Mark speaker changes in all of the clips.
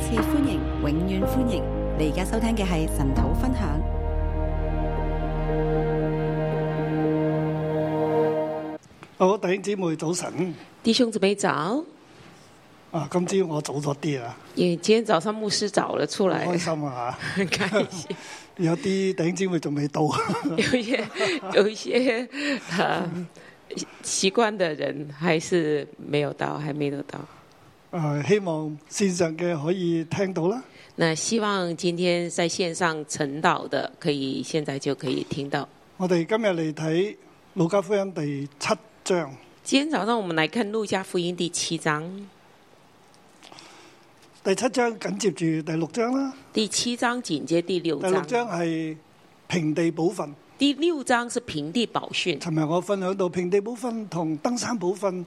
Speaker 1: 次歡迎，永遠歡迎！你而家收聽嘅係神土分享。
Speaker 2: 好，弟兄姊妹早晨。
Speaker 3: 弟兄姊妹早，
Speaker 2: 啊，今朝我早咗啲啊，
Speaker 3: 也今天早上牧师早了出
Speaker 2: 好
Speaker 3: 来，
Speaker 2: 開心啊！
Speaker 3: 很开心。
Speaker 2: 有啲弟兄姊妹仲未到，
Speaker 3: 有一些有一些呃习惯的人还是没有到，还没有到。
Speaker 2: 啊，希望線上嘅可以聽到啦。
Speaker 3: 那希望今天在线上晨祷的，可以现在就可以听到。
Speaker 2: 我哋今日嚟睇《路加福音》第七章，
Speaker 3: 今天早上我们来看路加福音第七章，
Speaker 2: 第七章緊接住第六章啦。
Speaker 3: 第七章紧接第六
Speaker 2: 第六
Speaker 3: 章，
Speaker 2: 章係平地寶訓。
Speaker 3: 第六章是平地宝训。
Speaker 2: 尋日我分享到平地寶訓同登山寶訓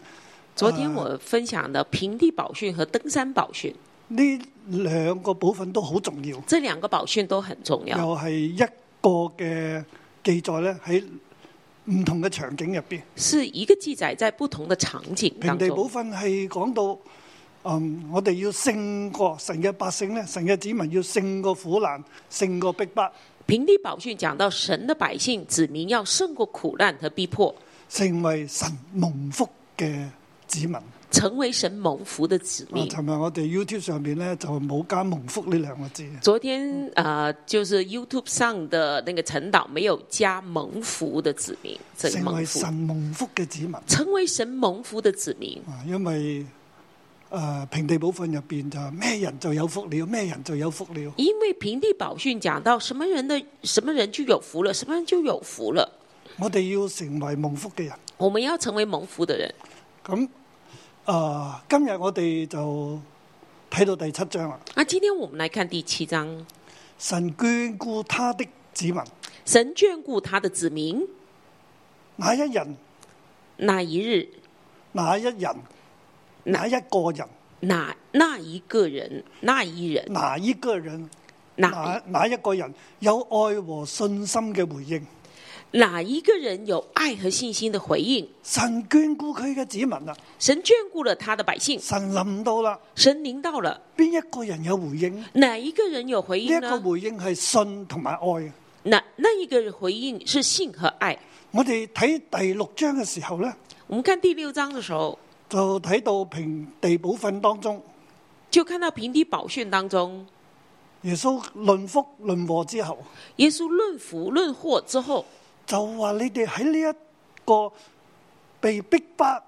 Speaker 3: 昨天我分享的平地宝训和登山宝训
Speaker 2: 呢兩個寶訓都好重要，
Speaker 3: 这两个宝训都很重要。
Speaker 2: 又係一個嘅記載咧喺唔同嘅場景入邊。
Speaker 3: 是一个记载在不同的场景
Speaker 2: 平
Speaker 3: 当
Speaker 2: 地寶
Speaker 3: 中。
Speaker 2: 訓係講到，嗯，我哋要勝過神嘅百姓咧，神嘅子民要勝過苦難，勝過逼迫，
Speaker 3: 平地宝训讲到神的百姓子民要胜过苦难和逼迫，
Speaker 2: 成為神蒙福嘅子民。啊，
Speaker 3: 成为神蒙福的子民。
Speaker 2: 尋日我哋 YouTube 上面咧就冇加蒙福呢兩個字，
Speaker 3: 昨天呃，就是 YouTube 上的那个陈导没有加蒙福的子民，这个
Speaker 2: 成為
Speaker 3: 蒙福
Speaker 2: 神蒙福嘅子民。
Speaker 3: 成为神蒙福的子民，
Speaker 2: 啊，因為誒、呃平地寶訓入邊就係咩人就有福了，咩人就有福了。
Speaker 3: 因为平地宝训讲到什么人的什么人就有福了，什么人就有福了。
Speaker 2: 我哋要成為蒙福嘅人。
Speaker 3: 我们要成为蒙福的人。
Speaker 2: 咁啊、呃今日我哋就睇到第七章啦。
Speaker 3: 那今天我们来看第七章，
Speaker 2: 神眷顧他的子民，
Speaker 3: 神眷顾他的子民，
Speaker 2: 那一人、
Speaker 3: 那一日
Speaker 2: 那一人、那一個人、
Speaker 3: 哪那一个人，那一人，
Speaker 2: 那一個人、
Speaker 3: 哪
Speaker 2: 那那一個人有愛和信心嘅回應。
Speaker 3: 哪一个人有爱和信心的回应？
Speaker 2: 神眷顧佢嘅子民啦，
Speaker 3: 神眷顾了他的百姓，
Speaker 2: 神臨到啦，
Speaker 3: 神临到了，
Speaker 2: 邊一個人有回應？呢
Speaker 3: 哪一个人有回
Speaker 2: 一
Speaker 3: 应
Speaker 2: 個
Speaker 3: 呢？
Speaker 2: 回應係信同埋愛。
Speaker 3: 那那一个回应是信和爱。
Speaker 2: 我哋睇第六章嘅時候呢，
Speaker 3: 我们看第六章的时候，
Speaker 2: 就睇到平地寶訓當中，
Speaker 3: 就看到平地宝训当中，
Speaker 2: 耶穌論福論禍之後。
Speaker 3: 耶稣论福论祸之后，
Speaker 2: 就話你哋喺呢一個被逼迫、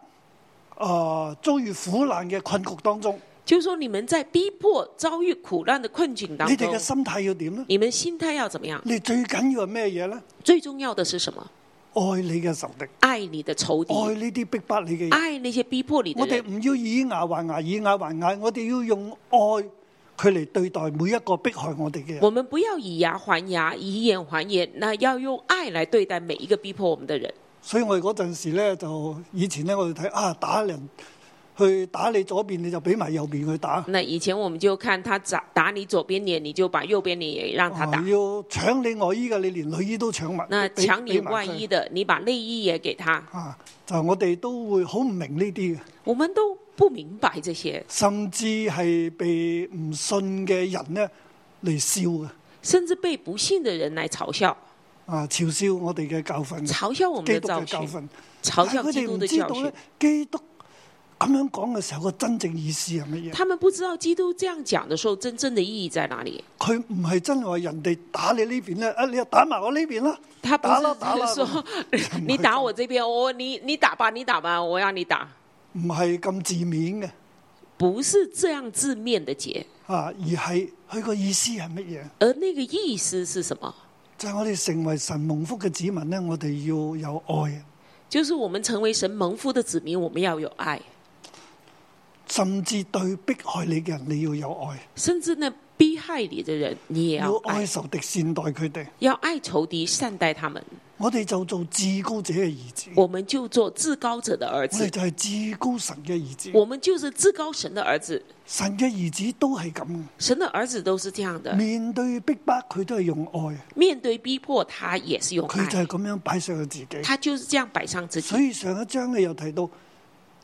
Speaker 2: 呃遭遇苦難嘅困局當中，
Speaker 3: 就说你们在逼迫、遭遇苦难的困境当
Speaker 2: 你哋
Speaker 3: 中
Speaker 2: 嘅，心態要點呢？
Speaker 3: 你们心态要怎么样？
Speaker 2: 你最緊要係咩嘢呢？
Speaker 3: 最重要的是什么？
Speaker 2: 愛你嘅仇敵，
Speaker 3: 爱你的仇敌，
Speaker 2: 愛呢啲逼迫你嘅人。
Speaker 3: 爱那些逼迫啊你的
Speaker 2: 我
Speaker 3: 人
Speaker 2: 哋。唔要以牙還牙，以牙還牙，我哋要用愛佢嚟對待每一個迫害我哋嘅人。
Speaker 3: 我们不要以牙还牙，以眼还眼，那要用爱来对待每一个逼迫我们的人。
Speaker 2: 所以我哋嗰陣時咧，就以前咧，我哋睇啊打人，去打你左邊，你就俾埋右邊去打。
Speaker 3: 那以前我们就看他打打你左边脸，你就把右边脸也让他
Speaker 2: 哦
Speaker 3: 打；
Speaker 2: 要搶你外衣嘅，你連女衣都搶埋。
Speaker 3: 啊那
Speaker 2: 俾
Speaker 3: 抢你
Speaker 2: 俾埋
Speaker 3: 外
Speaker 2: 佢
Speaker 3: 衣的，你把内衣也给他。
Speaker 2: 啊，就我哋都會好唔明呢啲嘅，
Speaker 3: 我们都不明白这些，
Speaker 2: 甚至係被唔信嘅人呢嚟笑嘅，
Speaker 3: 甚至被不信的人来嘲笑，
Speaker 2: 啊嘲笑我哋嘅教訓，
Speaker 3: 嘲笑我们
Speaker 2: 基
Speaker 3: 的
Speaker 2: 督嘅
Speaker 3: 教
Speaker 2: 教
Speaker 3: 训，
Speaker 2: 訓。但
Speaker 3: 嘲
Speaker 2: 係
Speaker 3: 笑
Speaker 2: 佢
Speaker 3: 基
Speaker 2: 哋
Speaker 3: 督
Speaker 2: 唔
Speaker 3: 的
Speaker 2: 知道
Speaker 3: 教训
Speaker 2: 咧。，基督咁樣講嘅時候個真正意思係乜嘢？
Speaker 3: 他们不知道基督这样讲的时候，真正的意义在哪里。
Speaker 2: 佢唔係真係話人哋打你呢邊咧，啊你又打埋我呢邊啦，
Speaker 3: 他不
Speaker 2: 打啦打啦
Speaker 3: 是，说 你打我这边，我你你打吧，你打吧，我让你打。
Speaker 2: 唔係咁字面嘅，
Speaker 3: 不是这样字面的解，
Speaker 2: 啊而係佢個意思係乜嘢？
Speaker 3: 而那个意思是什么？
Speaker 2: 就係我哋成為神蒙福嘅子民咧，我哋要有愛。
Speaker 3: 就是我们成为神蒙福的子民，我们要有爱，
Speaker 2: 甚至對迫害你嘅人，你要有愛，
Speaker 3: 甚至呢逼害你的人，你也要
Speaker 2: 要
Speaker 3: 爱，
Speaker 2: 愛仇敵，善待佢哋。
Speaker 3: 要爱仇敌，善待他们。
Speaker 2: 我哋就做至高者嘅兒子，
Speaker 3: 我们就做至高者的儿
Speaker 2: 我哋
Speaker 3: 子，
Speaker 2: 就係至高神嘅兒子。
Speaker 3: 我们就是至高神的儿子。
Speaker 2: 神嘅兒子都係咁
Speaker 3: 神的儿子都是这样
Speaker 2: 嘅，
Speaker 3: 的，
Speaker 2: 面對逼迫佢都係用愛，
Speaker 3: 面对逼迫，他也是用
Speaker 2: 佢就
Speaker 3: 爱
Speaker 2: 係，咁樣擺上佢自己。
Speaker 3: 他就是这样摆上自
Speaker 2: 所
Speaker 3: 己。
Speaker 2: 以上一章你又提到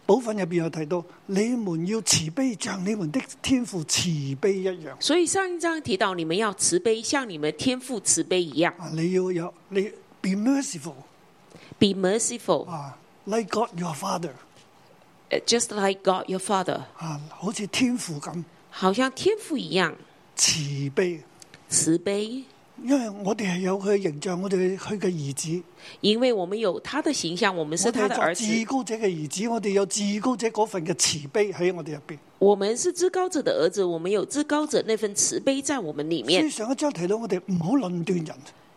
Speaker 2: 寶訓入邊又提到，你們要慈悲，像你們的天父慈悲一樣。
Speaker 3: 所以上一章提到你们要慈悲，像你们天父慈悲一样
Speaker 2: 啊，你要有你 be merciful
Speaker 3: ，be merciful，
Speaker 2: 啊，like God your Father
Speaker 3: 呃 just like God your Father，
Speaker 2: 啊，好似天父咁
Speaker 3: 好像天父一样
Speaker 2: 慈悲。
Speaker 3: 慈悲，
Speaker 2: 因為我哋係有佢嘅形象，我哋係佢嘅兒子，
Speaker 3: 因为我们有他的形象，我们是
Speaker 2: 我
Speaker 3: 他
Speaker 2: 哋
Speaker 3: 的
Speaker 2: 係作
Speaker 3: 儿子，
Speaker 2: 至高者嘅兒子，我哋有至高者嗰份嘅慈悲喺我哋入邊。
Speaker 3: 我们是至高者的儿子，我们有至高者那份慈悲在我们里
Speaker 2: 所以
Speaker 3: 面。
Speaker 2: 上一章提到我哋唔好論斷人，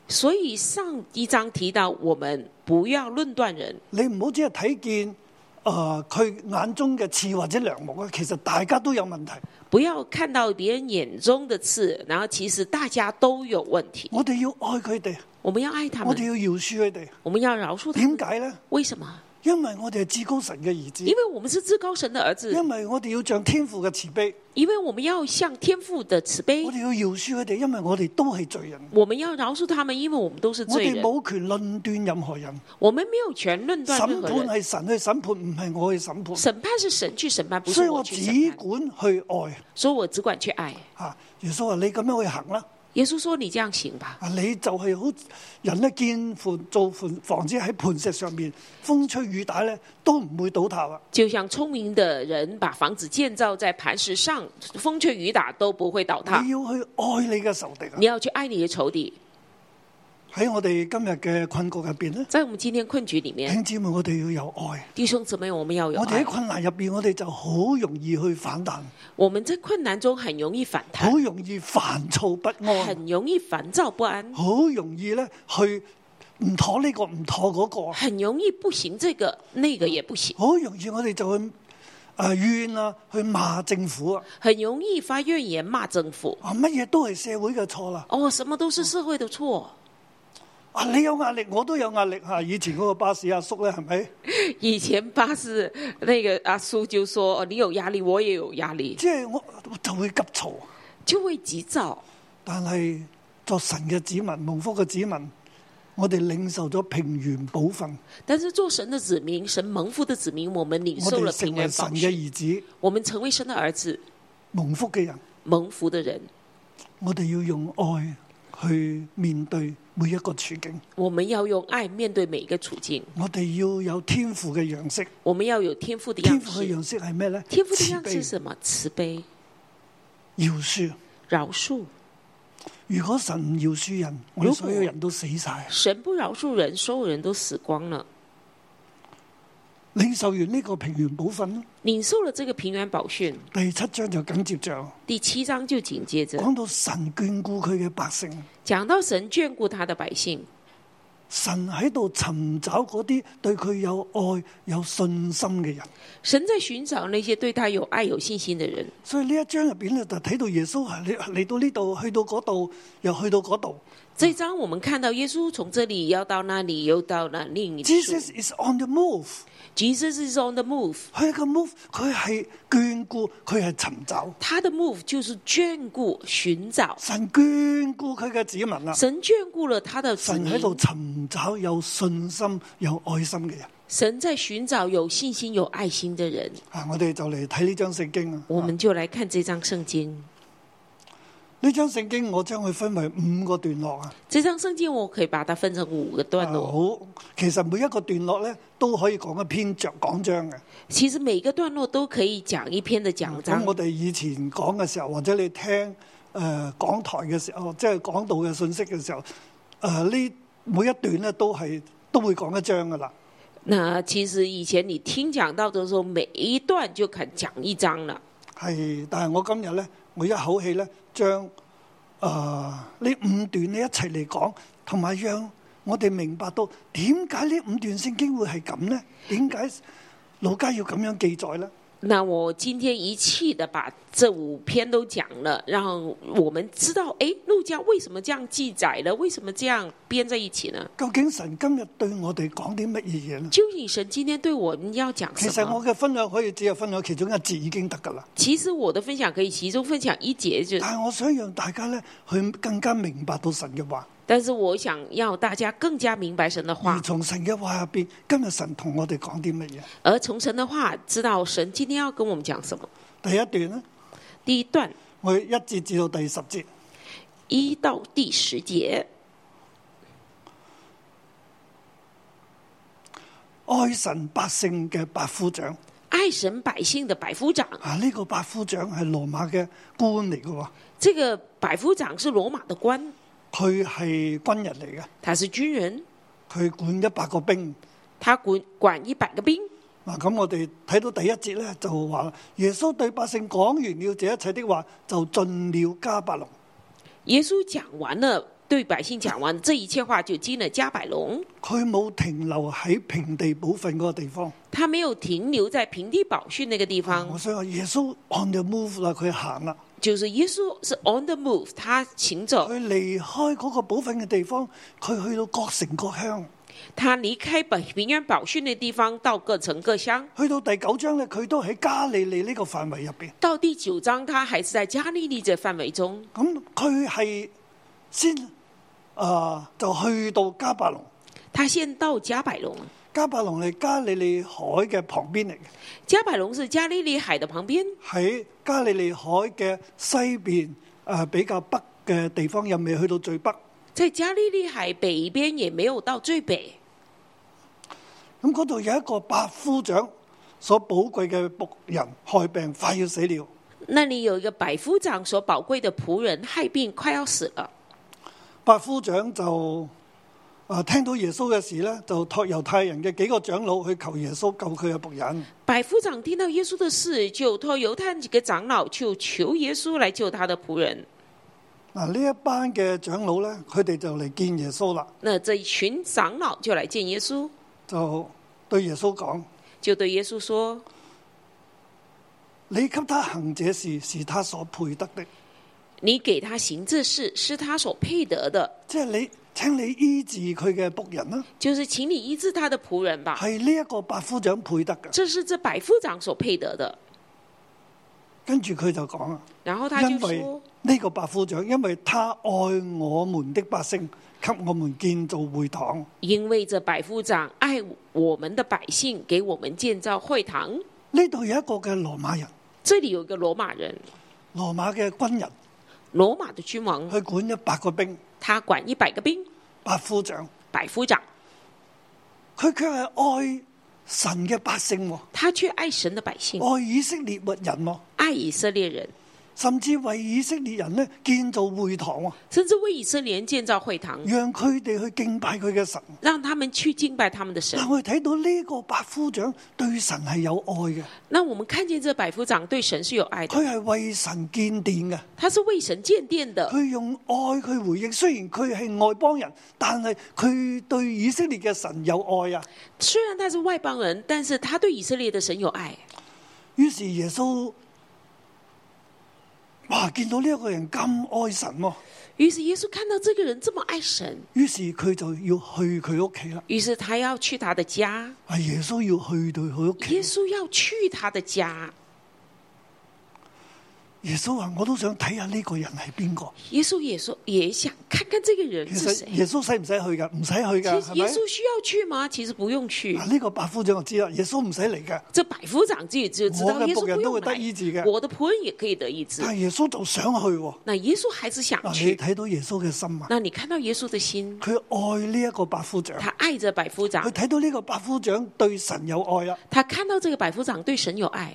Speaker 3: 所以上一章提到，我们不要论断人，
Speaker 2: 你唔好只係睇見诶佢、眼中嘅刺或者梁木啊，其實大家都有問題。
Speaker 3: 不要看到别人眼中的刺，然后其实大家都有问题。
Speaker 2: 我哋要愛佢哋，
Speaker 3: 我们要爱他
Speaker 2: 我哋
Speaker 3: 们，
Speaker 2: 要饒恕佢哋。
Speaker 3: 我们要饶恕他
Speaker 2: 點
Speaker 3: 们。
Speaker 2: 解呢？
Speaker 3: 为什么？
Speaker 2: 因為我哋係至高神嘅兒子
Speaker 3: 因，为我们是至高神的儿子，
Speaker 2: 因為我哋要像天父嘅慈悲，
Speaker 3: 因为我们要向天父的慈悲
Speaker 2: 我，哋要饒恕佢哋，因為我哋都係罪人。
Speaker 3: 我们要饶恕他们，因为我们都是
Speaker 2: 我
Speaker 3: 罪
Speaker 2: 哋
Speaker 3: 人，
Speaker 2: 冇權論斷任何人，
Speaker 3: 我们没有权论断
Speaker 2: 審
Speaker 3: 任何
Speaker 2: 判
Speaker 3: 人。
Speaker 2: 係神去審判，唔係我去審判。
Speaker 3: 审判是神去审判，不
Speaker 2: 所以
Speaker 3: 是
Speaker 2: 我
Speaker 3: 我去审
Speaker 2: 只
Speaker 3: 判。
Speaker 2: 管去愛。
Speaker 3: 所以我只管去爱。
Speaker 2: 啊，耶穌話：你咁樣去行啦，
Speaker 3: 耶稣说：“你这样行吧。”
Speaker 2: 啊，你就係好人咧，建盤做盤房子喺磐石上面，風吹雨打咧都唔會倒塌啊！
Speaker 3: 就像聪明的人把房子建造在磐石上，风吹雨打都不会倒塌嗯
Speaker 2: 你。要去愛你嘅仇敵啊
Speaker 3: 你！要去爱你的仇敌，
Speaker 2: 喺我哋今日嘅困局入邊咧，
Speaker 3: 在我们今天困局里
Speaker 2: 弟
Speaker 3: 面，
Speaker 2: 兄姊妹，我哋要有愛。
Speaker 3: 弟兄姊妹，我们要有
Speaker 2: 哎我哋
Speaker 3: 爱
Speaker 2: 喺。困難入邊，我哋就好容易去反彈，
Speaker 3: 我们在困难中很容易反弹
Speaker 2: 好，容易煩躁不安，
Speaker 3: 很容易烦躁不安，
Speaker 2: 好容易咧去唔妥呢個唔妥嗰個，啊
Speaker 3: 很容易不行这个那个也不行，
Speaker 2: 好容易我哋就去誒怨啊，去罵政府啊。
Speaker 3: 很容易发怨言骂政府。
Speaker 2: 啊，乜嘢都係社會嘅錯啦！
Speaker 3: 哦，什么都是社会的错。
Speaker 2: 啊，你有壓力，我都有壓力嚇。以前嗰個巴士阿叔咧，係咪？
Speaker 3: 以前巴士那个阿叔就说：“哦，你有压力，我也有压力，
Speaker 2: 即係我就會急躁。
Speaker 3: 就会急躁。
Speaker 2: 但係作神嘅子民、蒙福嘅子民，我哋領受咗平原寶訓，”
Speaker 3: 但是做神的子民，神蒙福的子民，我们领
Speaker 2: 我
Speaker 3: 受
Speaker 2: 哋
Speaker 3: 了
Speaker 2: 成
Speaker 3: 平
Speaker 2: 為
Speaker 3: 安
Speaker 2: 神
Speaker 3: 保
Speaker 2: 嘅
Speaker 3: 险。
Speaker 2: 兒子、
Speaker 3: 我们成为神的儿子，
Speaker 2: 蒙福嘅人，
Speaker 3: 蒙福的人，
Speaker 2: 我哋要用愛去面對每一個處境。
Speaker 3: 我们要用爱面对每一个处境，
Speaker 2: 我哋要有天父嘅樣式，
Speaker 3: 我们要有天赋的
Speaker 2: 天
Speaker 3: 样
Speaker 2: 父嘅
Speaker 3: 式。
Speaker 2: 樣式係咩咧？
Speaker 3: 天赋的样
Speaker 2: 慈
Speaker 3: 式是什么？慈悲、
Speaker 2: 悲、饒恕。
Speaker 3: 饶恕。
Speaker 2: 如果神唔饒恕人，我哋
Speaker 3: 如果
Speaker 2: 所有人都死晒。
Speaker 3: 神不饶恕人，所有人都死光了。
Speaker 2: 領受完呢個平原寶訓啦
Speaker 3: 领受了这个平原宝训，
Speaker 2: 第七章就緊接着
Speaker 3: 第七章就紧接着
Speaker 2: 講到神眷顧佢嘅百姓，
Speaker 3: 讲到神眷顾他的百姓，
Speaker 2: 神喺度尋找嗰啲對佢有愛、有信心嘅人。
Speaker 3: 神在寻找那些对他有爱、有信心的人。
Speaker 2: 所以呢一章入邊咧，就睇到耶穌係嚟嚟到呢度，去到嗰度，又去到嗰度。
Speaker 3: 这一章我们看到耶稣从这里要到那里，又到那另一处。
Speaker 2: Jesus is on the move，
Speaker 3: Jesus is on the move。
Speaker 2: 佢嘅 move，佢係眷顧，佢係尋找。
Speaker 3: 他的 move 就是眷顾、寻找。
Speaker 2: 神眷顧佢嘅子民啦，
Speaker 3: 神眷顾了他的子
Speaker 2: 神
Speaker 3: 民
Speaker 2: 喺，度尋找有信心、有愛心嘅人。
Speaker 3: 神在寻找有信心、有爱心的人。
Speaker 2: 啊，我哋就嚟睇呢章聖經啊。
Speaker 3: 我们就来看这张圣经。
Speaker 2: 呢章聖經我將佢分為五個段落啊，
Speaker 3: 这张圣经我可以把它分成五个段落，
Speaker 2: 好，其實每一個段落咧都可以講一篇着講章嘅。
Speaker 3: 其实每个段落都可以讲一篇的讲章
Speaker 2: 咁。我哋以前講嘅時候，或者你聽誒、呃、港台嘅時候，即係講道嘅信息嘅時候，誒、呃呢每一段咧都係都會講一章噶啦。
Speaker 3: 那其实以前你听讲到的时候，每一段就肯讲一章了。
Speaker 2: 係，但係我今日咧，我一口氣咧將誒呢、呃呢五段咧一齊嚟講，同埋讓我哋明白到點解呢五段聖經會係咁咧？點解老家要咁樣記載咧？
Speaker 3: 那我今天一气的把这五篇都讲了，让我们知道，哎，陆家为什么这样记载了？为什么这样编在一起呢？
Speaker 2: 究竟神今日對我哋講啲乜嘢嘢咧？
Speaker 3: 究竟神今天对我们要讲
Speaker 2: 其
Speaker 3: 什
Speaker 2: 實我
Speaker 3: 么？
Speaker 2: 嘅分享可以只係分享其中一節已經得㗎啦，
Speaker 3: 其实我的分享可以其中分享一节就，
Speaker 2: 但係我想讓大家咧去更加明白到神嘅話，
Speaker 3: 但是我想要大家更加明白神的
Speaker 2: 而
Speaker 3: 话，
Speaker 2: 從神嘅話入边，今日神同我哋講啲乜嘢？
Speaker 3: 而从神的话知道神今天要跟我们讲什么。
Speaker 2: 第一段呢，
Speaker 3: 第一段
Speaker 2: 我一節至到第十節，
Speaker 3: 一到第十节，
Speaker 2: 愛神百姓嘅百夫長
Speaker 3: 爱神百姓的百夫长，
Speaker 2: 啊，呢、個百夫長係羅馬嘅官嚟嘅喎，
Speaker 3: 这个百夫长是罗马的官，
Speaker 2: 佢係軍人嚟嘅，
Speaker 3: 他是军人，
Speaker 2: 佢管一百個兵。
Speaker 3: 他管管一百个兵。
Speaker 2: 嗱，咁我哋睇到第一節咧，就話啦，耶穌對百姓講完了這一切的話，就進了加百隆。
Speaker 3: 耶稣讲完了，对百姓讲完这一切话，就进了加百隆。
Speaker 2: 佢冇停留喺平地補訓嗰個地方。
Speaker 3: 他没有停留在平地宝训那个地
Speaker 2: 我
Speaker 3: 方，
Speaker 2: 想話耶穌 on the move 啦，佢行啦，
Speaker 3: 就是耶稣是 on the move，他行走，
Speaker 2: 佢離開嗰個補訓嘅地方，佢去到各城各鄉。
Speaker 3: 他离开本平原宝训的地方，到各城各乡。
Speaker 2: 去到第九章咧，佢都喺加利利呢個範圍入邊。
Speaker 3: 到第九章，他还是在加利利这范围中，
Speaker 2: 咁佢係先啊、就去到加百隆。
Speaker 3: 他先到加百隆。
Speaker 2: 加百隆係加利利海嘅旁邊嚟嘅，
Speaker 3: 加百隆是加利利海的旁边，
Speaker 2: 喺加利利海嘅西邊啊、比較北嘅地方，又未去到最北。
Speaker 3: 在加利利海北边也没有到最北。
Speaker 2: 咁嗰度有一個百夫長所寶貴嘅仆人害病快要死了。
Speaker 3: 那里有一个百夫长所宝贵的仆人害病，快要死了。
Speaker 2: 百夫長就啊聽到耶穌嘅事呢，就托猶太人嘅幾個長老去求耶穌救佢嘅仆人。
Speaker 3: 百夫长听到耶稣的事，就托犹太几个长老就求耶稣来救他的仆人。
Speaker 2: 嗱，呢一班嘅長老呢，佢哋就嚟見耶穌啦，
Speaker 3: 那这一群长老就来见耶稣，
Speaker 2: 就對耶穌講：
Speaker 3: 就对耶稣说
Speaker 2: 你給他行這事，是他所配得的，：“
Speaker 3: 你给他行这事，是他所配得的，
Speaker 2: 即係你請你醫治佢嘅仆人啦，
Speaker 3: 就是请你医治他的仆人吧。
Speaker 2: 係呢一個百夫長配得嘅。
Speaker 3: 这是这百夫长所配得的。
Speaker 2: 跟住佢就講啊。
Speaker 3: 然后他
Speaker 2: 因
Speaker 3: 就
Speaker 2: 為
Speaker 3: 说
Speaker 2: 呢個百夫長，因為他愛我們的百姓，給我們建造會堂。：“
Speaker 3: 因为这百夫长爱我们的百姓，给我们建造会堂。
Speaker 2: 呢度有一個嘅羅馬人，”
Speaker 3: 这里有一个罗马人，
Speaker 2: 羅馬嘅軍人
Speaker 3: 罗马的君王，
Speaker 2: 去管一百個兵，
Speaker 3: 他管一百个兵，
Speaker 2: 百夫長，
Speaker 3: 百夫长，
Speaker 2: 佢卻係愛神嘅百姓喎，
Speaker 3: 他却爱神的百姓。
Speaker 2: 愛以色列人喎，
Speaker 3: 爱以色列人，
Speaker 2: 甚至為以色列人咧建造會堂喎，
Speaker 3: 甚至为以色列人建造会堂，
Speaker 2: 讓佢哋去敬拜佢嘅神。
Speaker 3: 让他们去敬拜他们的神
Speaker 2: 嗱，。我哋睇到呢個百夫長對神係有愛嘅，
Speaker 3: 那我们看见這百夫长对神是有爱的，
Speaker 2: 佢係為神建殿嘅。
Speaker 3: 他是为神建殿的。
Speaker 2: 佢用愛去回應，雖然佢係外邦人，但係佢對以色列嘅神有愛啊。
Speaker 3: 虽然他是外邦人，但是他对以色列的神有爱。
Speaker 2: 於是耶穌哇見到呢一個人咁愛神喎、
Speaker 3: 于是耶稣看到这个人这么爱神，
Speaker 2: 於是佢就要去佢屋企啦。
Speaker 3: 于是他要去他的家，
Speaker 2: 啊，耶穌要去到佢屋企，
Speaker 3: 耶稣要去他的家。
Speaker 2: 耶穌話：我都想睇下呢個人係邊個。
Speaker 3: 耶稣也说，也想看看这个人
Speaker 2: 其
Speaker 3: 是
Speaker 2: 實
Speaker 3: 谁。
Speaker 2: 耶穌使唔使去㗎？唔使去㗎，
Speaker 3: 其实
Speaker 2: 係
Speaker 3: 耶
Speaker 2: 咪？
Speaker 3: 稣需要去吗？其实不用去
Speaker 2: 嗱，。呢個百夫長就知啦，耶穌唔使嚟㗎，
Speaker 3: 这百夫长自己就知
Speaker 2: 我
Speaker 3: 道
Speaker 2: 的
Speaker 3: 耶稣
Speaker 2: 仆人
Speaker 3: 不
Speaker 2: 都
Speaker 3: 用
Speaker 2: 会得
Speaker 3: 来
Speaker 2: 医治的，
Speaker 3: 我的仆人也可以得医治
Speaker 2: 但。係耶穌就想去喎。
Speaker 3: 那耶稣还是想
Speaker 2: 嗱，你啊
Speaker 3: 去。
Speaker 2: 睇到耶穌嘅心啊，
Speaker 3: 那你看到耶稣的心，
Speaker 2: 佢愛呢一個百夫長。
Speaker 3: 他爱着百夫
Speaker 2: 佢
Speaker 3: 长，
Speaker 2: 睇到呢個百夫長對神有愛啦，
Speaker 3: 他看到这个百夫长對神有愛，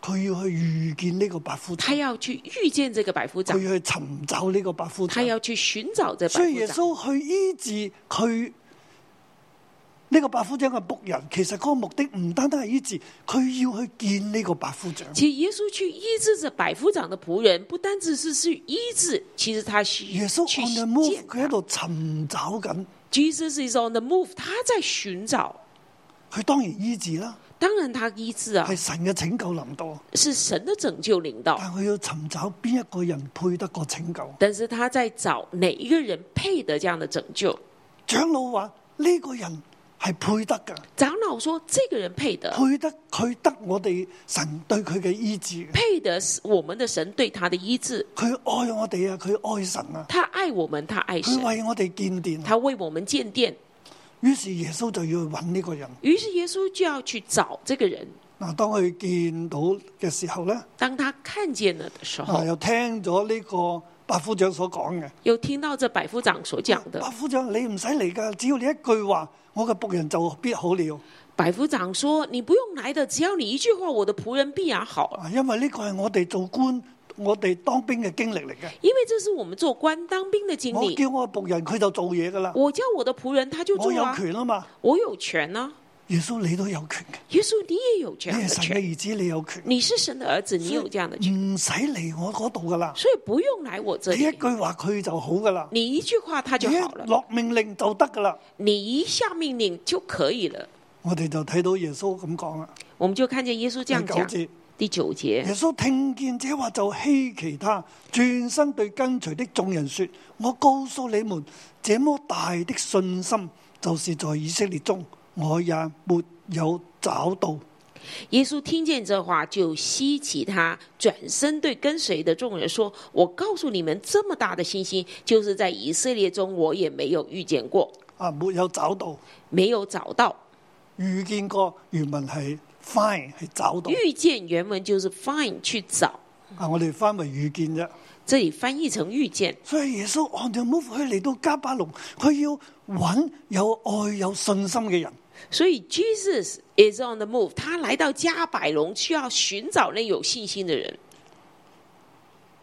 Speaker 2: 佢要去遇見呢個百夫
Speaker 3: 他
Speaker 2: 長，
Speaker 3: 要去遇見這個百夫
Speaker 2: 佢
Speaker 3: 長，
Speaker 2: 要去尋找呢個百夫
Speaker 3: 他
Speaker 2: 長。
Speaker 3: 要去尋找这
Speaker 2: 哎所
Speaker 3: 百
Speaker 2: 以耶
Speaker 3: 夫長。
Speaker 2: 穌去醫治佢呢個百夫長嘅仆人，其實嗰個目的唔單單係醫治，佢要去見呢個百夫長。
Speaker 3: 其實耶穌去醫治这百夫长的仆人，不單只是去醫治，其實他去
Speaker 2: 耶穌
Speaker 3: 去
Speaker 2: on the move，
Speaker 3: 見啊
Speaker 2: 佢喺度尋找緊，
Speaker 3: Jesus is on the move，他在尋找。
Speaker 2: 佢當然醫治啦，
Speaker 3: 當然，他醫治啊
Speaker 2: 係，神嘅拯救臨到，
Speaker 3: 是神的拯救領導，
Speaker 2: 但佢要尋找邊一個人配得個拯救。
Speaker 3: 但是他在找哪一個人配得這樣的拯救。
Speaker 2: 長老話：呢、個人係配得㗎，
Speaker 3: 长老说这个人配得，
Speaker 2: 配得佢得我哋神對佢嘅醫治嘅，
Speaker 3: 配得是我们的神对他的医治，
Speaker 2: 佢愛我哋啊，佢愛神啊，
Speaker 3: 他爱我们，他爱神
Speaker 2: 佢，為我哋建殿啊。
Speaker 3: 他为我们建殿。
Speaker 2: 於是耶穌就要去揾呢個人。
Speaker 3: 于是耶稣就要去找这个人。
Speaker 2: 嗱，當佢見到嘅時候咧，
Speaker 3: 当他看见了的时
Speaker 2: 啊
Speaker 3: 候，
Speaker 2: 又聽咗呢個百夫長所講嘅。
Speaker 3: 又听到这百夫长所讲
Speaker 2: 百
Speaker 3: 的，
Speaker 2: 夫長，你唔使嚟㗎，只要你一句話，我嘅仆人就必好了。
Speaker 3: 百夫长说：“你不用来的，只要你一句话，我的仆人必然好了。
Speaker 2: 啊，因為呢個係我哋做官、我哋當兵嘅經歷嚟嘅。
Speaker 3: 因为这是我们做官当兵的经
Speaker 2: 我
Speaker 3: 历。
Speaker 2: 叫我嘅仆人，佢就做嘢㗎啦。
Speaker 3: 我叫我的仆人，他就
Speaker 2: 我
Speaker 3: 做
Speaker 2: 有
Speaker 3: 啊，
Speaker 2: 權啊嘛，
Speaker 3: 我有权呢、
Speaker 2: 耶穌你都有權嘅，
Speaker 3: 耶稣，你也有这
Speaker 2: 你係
Speaker 3: 样的
Speaker 2: 哎神嘅
Speaker 3: 权，
Speaker 2: 兒子，你有權，
Speaker 3: 你是神的儿子，你有这样的权，
Speaker 2: 唔使嚟我嗰度㗎啦。
Speaker 3: 所以不用来我这
Speaker 2: 你一
Speaker 3: 里。
Speaker 2: 句話佢就好㗎啦，
Speaker 3: 你一句话他
Speaker 2: 你
Speaker 3: 就
Speaker 2: 一
Speaker 3: 好了，
Speaker 2: 落命令就得㗎啦。
Speaker 3: 你一下命令就可以了。
Speaker 2: 我哋就睇到耶穌咁講啦，
Speaker 3: 我们就看见耶稣这
Speaker 2: 第
Speaker 3: 样
Speaker 2: 九
Speaker 3: 讲。
Speaker 2: 節。
Speaker 3: 第九
Speaker 2: 耶
Speaker 3: 节，
Speaker 2: 穌聽見這話就希奇他，轉身對跟隨的眾人說：我告訴你們，這麼大的信心，就是在以色列中，我也沒有找到。
Speaker 3: 耶稣听见这话，就稀奇他，转身对跟随的众人说：“我告诉你们，这么大的信心，就是在以色列中，我也没有遇见过，
Speaker 2: 啊，沒有找到，
Speaker 3: 没有找到。
Speaker 2: 遇見過原文係 find 係找到。
Speaker 3: 遇见原文就是 find 去找，
Speaker 2: 啊，我哋翻為遇見啫。
Speaker 3: 这里翻译成遇见。
Speaker 2: 所以耶穌按照 move 佢嚟到加巴隆，佢要揾有愛有信心嘅人。
Speaker 3: 所以 Jesus is on the move，他来到加百隆，需要寻找那有信心的人。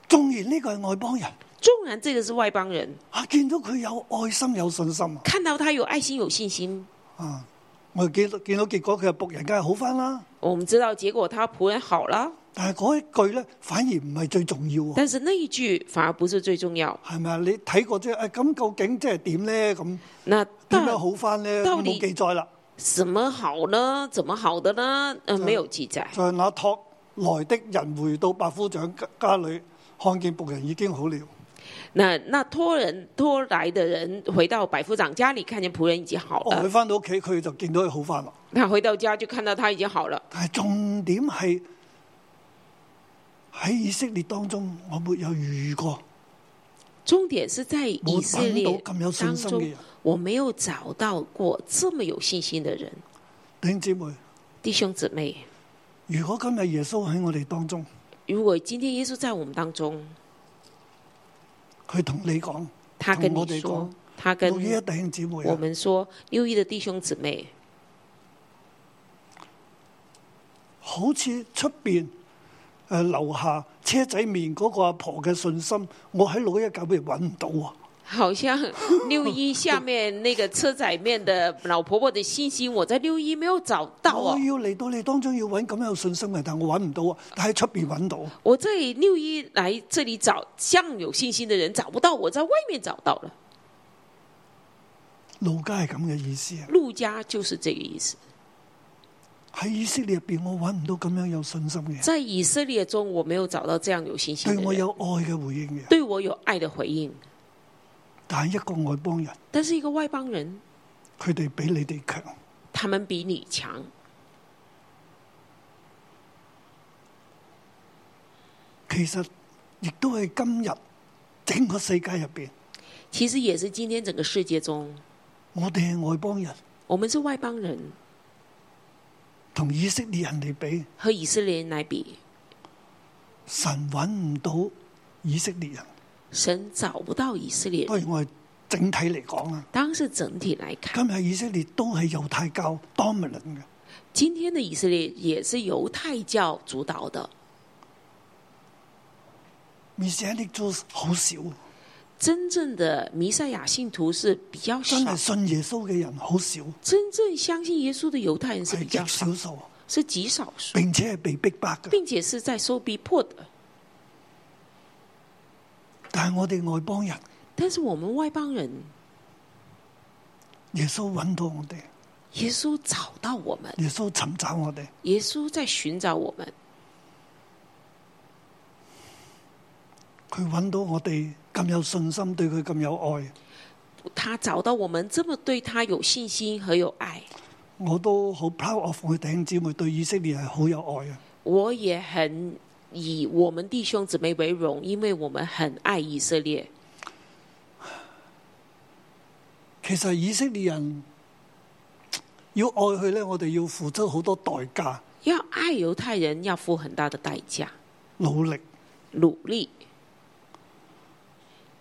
Speaker 2: 縱然呢個係外邦人，
Speaker 3: 纵然这个是外邦人，
Speaker 2: 啊，見到佢有愛心有信心啊。
Speaker 3: 看到他有爱心、有信心，
Speaker 2: 啊！我見到見到結果，佢嘅仆人梗係好翻啦。
Speaker 3: 我们知道结果他仆人好了，
Speaker 2: 但係嗰一句咧，反而唔係最重要喎，
Speaker 3: 但是那一句反而不是最重要。
Speaker 2: 係咪啊？你睇過啫，誒咁究竟即係點咧？咁
Speaker 3: 那
Speaker 2: 點樣
Speaker 3: 到
Speaker 2: 好翻咧？
Speaker 3: 到底
Speaker 2: 冇記載啦。
Speaker 3: 什么好呢？怎么好的呢？
Speaker 2: 嗯
Speaker 3: 呃，没有记载。
Speaker 2: 在那托來的人回到百夫長家裏，看見仆人已經好了。
Speaker 3: 那那托人托来的人回到百夫长家里，看见仆人已经好
Speaker 2: 哦，佢
Speaker 3: 了。
Speaker 2: 翻到屋企，佢就見到佢好翻啦。
Speaker 3: 他回到家就看到他已经好了。
Speaker 2: 但係重點係喺以色列當中，我沒有遇過
Speaker 3: 重点是在以
Speaker 2: 冇
Speaker 3: 色
Speaker 2: 揾
Speaker 3: 列
Speaker 2: 到咁有信
Speaker 3: 当
Speaker 2: 心嘅
Speaker 3: 中
Speaker 2: 人，。
Speaker 3: 我没有找到过这么有信心的人，
Speaker 2: 弟兄姊妹，
Speaker 3: 弟兄姊妹。
Speaker 2: 如果今日耶穌喺我哋當中，
Speaker 3: 如果今天耶稣在我们当中，
Speaker 2: 佢同你講。
Speaker 3: 他跟
Speaker 2: 同我
Speaker 3: 你
Speaker 2: 哋
Speaker 3: 说
Speaker 2: 讲，
Speaker 3: 他跟
Speaker 2: 六一弟兄姊妹
Speaker 3: 我
Speaker 2: 啊，
Speaker 3: 们说，六一的弟兄姊妹，
Speaker 2: 好似出邊誒樓下車仔面嗰個阿婆嘅信心，我喺六一教會揾唔到啊！
Speaker 3: 好像六一下面那个车载面的老婆婆的信心，我在六一没有找到
Speaker 2: 我
Speaker 3: 哦。
Speaker 2: 要嚟到你當中要揾咁有信心嘅，但我揾唔到啊！但喺出邊揾到，啊
Speaker 3: 我在六一来这里找像有信心的人找不到，我在外面找到了。
Speaker 2: 路家係咁嘅意思啊！
Speaker 3: 路加就是这个意思，
Speaker 2: 喺以色列入邊，我揾唔到咁樣有信心嘅人，
Speaker 3: 在以色列中我没有找到这样有信心
Speaker 2: 對
Speaker 3: 的
Speaker 2: 哎我
Speaker 3: 人，
Speaker 2: 有愛嘅回應嘅。
Speaker 3: 对我有爱的回应。
Speaker 2: 但係一個外邦人，
Speaker 3: 但是一个外邦人，
Speaker 2: 佢哋比你哋強，
Speaker 3: 他们比你强，
Speaker 2: 其實亦都係今日整個世界入邊，
Speaker 3: 其实也是今天整个世界中，
Speaker 2: 我哋係外邦人，
Speaker 3: 我们是外邦人，
Speaker 2: 同以色列人嚟比。
Speaker 3: 和以色列人来比，
Speaker 2: 神揾唔到以色列人，
Speaker 3: 神找不到以色列人。
Speaker 2: 當然我係整體嚟講啦。
Speaker 3: 当是整体来看，
Speaker 2: 今日以色列都係猶太教 dominant 嘅，
Speaker 3: 今天的以色列也是犹太教主导的，
Speaker 2: m e s s i a n i c Jews 好少，
Speaker 3: 真正的弥赛亚信徒是比较少
Speaker 2: 真，係信耶穌嘅人好少，
Speaker 3: 真正相信耶稣的猶太人是比
Speaker 2: 係
Speaker 3: 较
Speaker 2: 極
Speaker 3: 少，嗯
Speaker 2: 少數，
Speaker 3: 是极少数，
Speaker 2: 並且係被逼迫嘅。
Speaker 3: 并且是在受逼迫的。
Speaker 2: 但係我哋外邦人，
Speaker 3: 但是我们外邦人，
Speaker 2: 耶穌揾到我哋，
Speaker 3: 耶稣找到我们，
Speaker 2: 耶穌尋找我哋，
Speaker 3: 耶稣在寻找我们，
Speaker 2: 佢揾到我哋咁有信心，對佢咁有愛，
Speaker 3: 他找到我们这么对他有信心和有爱，
Speaker 2: 我都好 proud of 我弟兄姊妹對以色列係好有愛啊嘅。
Speaker 3: 我也很以我们弟兄姊妹为荣，因为我们很爱以色列。
Speaker 2: 其實以色列人要愛佢咧，我哋要付出好多代價、
Speaker 3: 要爱犹太人要付很大的代价、
Speaker 2: 努力
Speaker 3: 努力，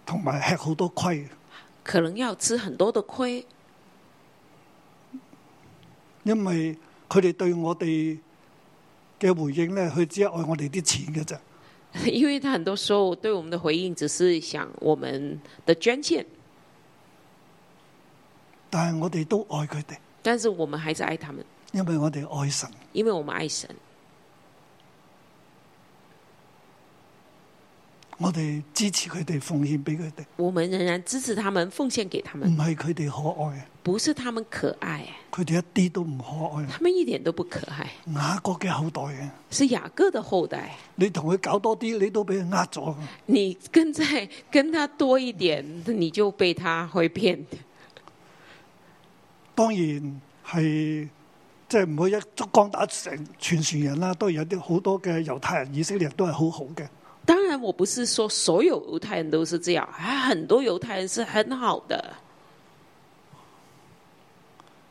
Speaker 2: 同埋吃好多虧，
Speaker 3: 可能要吃很多的亏，
Speaker 2: 因為佢哋對我哋嘅回應咧，佢只係愛我哋啲錢嘅啫。
Speaker 3: 因为他很多时候对我们的回应只是想我们的捐献，
Speaker 2: 但係我哋都愛佢哋，
Speaker 3: 但是我们还是爱他们，
Speaker 2: 因為我哋愛神。
Speaker 3: 因为我们爱神。
Speaker 2: 我哋支持佢哋，奉獻俾佢哋，
Speaker 3: 我们仍然支持他们，奉献给他
Speaker 2: 唔
Speaker 3: 们，
Speaker 2: 係佢哋可愛，
Speaker 3: 不是他们可爱，
Speaker 2: 佢哋一啲都唔可愛。
Speaker 3: 他们一点都不可爱，
Speaker 2: 雅各嘅後代嘅，
Speaker 3: 是雅各的后代。
Speaker 2: 你同佢搞多啲，你都俾佢呃咗。
Speaker 3: 你跟在 跟他多一点，你就被他会骗。
Speaker 2: 當然係即係唔可以一竹竿打成全船人啦。當然有啲好多嘅猶太人、以色列人都係好好嘅，
Speaker 3: 当然，我不是说所有犹太人都是这样，还很多犹太人是很好的。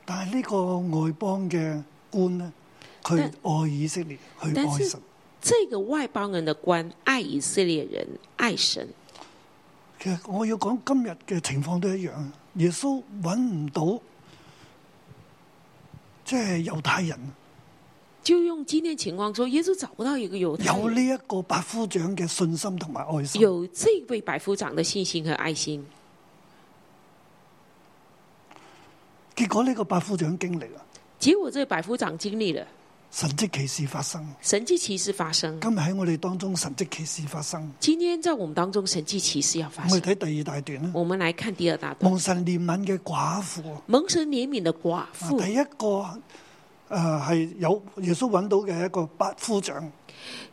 Speaker 2: 但係呢個外邦嘅官呢，佢愛以色列，去
Speaker 3: 但
Speaker 2: 愛
Speaker 3: 是
Speaker 2: 神。
Speaker 3: 这个外邦人的官爱以色列人，爱神。
Speaker 2: 其實我要講今日嘅情況都一樣，啊耶穌揾唔到即係猶太人
Speaker 3: 嗯就用今天情况说，耶稣找不到一个犹太
Speaker 2: 有
Speaker 3: 人
Speaker 2: 呢一個百夫長嘅信心同埋愛心。
Speaker 3: 有这位百夫长的信心和爱心。
Speaker 2: 結果呢個百夫長經歷啦，
Speaker 3: 结果，这百夫長经历了
Speaker 2: 神蹟奇事發生。
Speaker 3: 神迹奇事发生。
Speaker 2: 今日喺我哋當中神蹟奇事發生。
Speaker 3: 今天在我们当中，神迹奇事要发
Speaker 2: 我哋
Speaker 3: 生。
Speaker 2: 睇第二大段啦，
Speaker 3: 我们来看第二大段，
Speaker 2: 蒙神憐憫嘅寡婦。
Speaker 3: 蒙神怜悯的寡妇。
Speaker 2: 第一個诶系、有耶穌揾到嘅一個百夫長，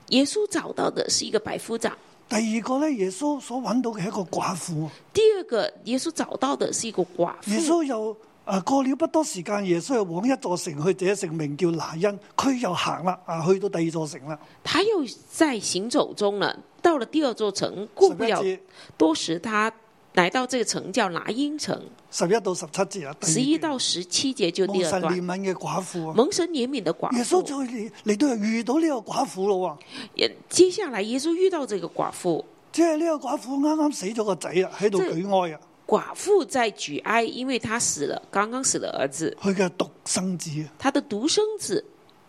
Speaker 3: 耶稣找到的是一个百夫长，
Speaker 2: 第二個咧耶穌所揾到嘅係一個寡婦。
Speaker 3: 第二个耶稣找到的是一个寡
Speaker 2: 耶
Speaker 3: 妇。
Speaker 2: 穌又诶、啊過了不多時間，耶穌又往一座城去，這城名叫拿因，佢又行啦，啊去到第二座城啦。
Speaker 3: 他又在行走中了，到了第二座城，过不了
Speaker 2: 十一節
Speaker 3: 多时，他来到这个城叫拿因城，
Speaker 2: 十一到十七節啊，第二
Speaker 3: 十一
Speaker 2: 段
Speaker 3: 到十七节就
Speaker 2: 蒙
Speaker 3: 第二
Speaker 2: 神憐
Speaker 3: 段。
Speaker 2: 憫嘅寡婦啊。
Speaker 3: 蒙神怜悯的寡
Speaker 2: 耶穌
Speaker 3: 妇，
Speaker 2: 就嚟嚟到又遇到呢個寡婦咯喎，
Speaker 3: 也接下来耶稣遇到这个寡妇，
Speaker 2: 即係呢個寡婦啱啱死咗個仔啊，喺度
Speaker 3: 即係
Speaker 2: 舉哀啊，
Speaker 3: 寡妇在举哀，因为她死了，刚刚死了儿子，
Speaker 2: 佢嘅獨生子啊。
Speaker 3: 她的独生子，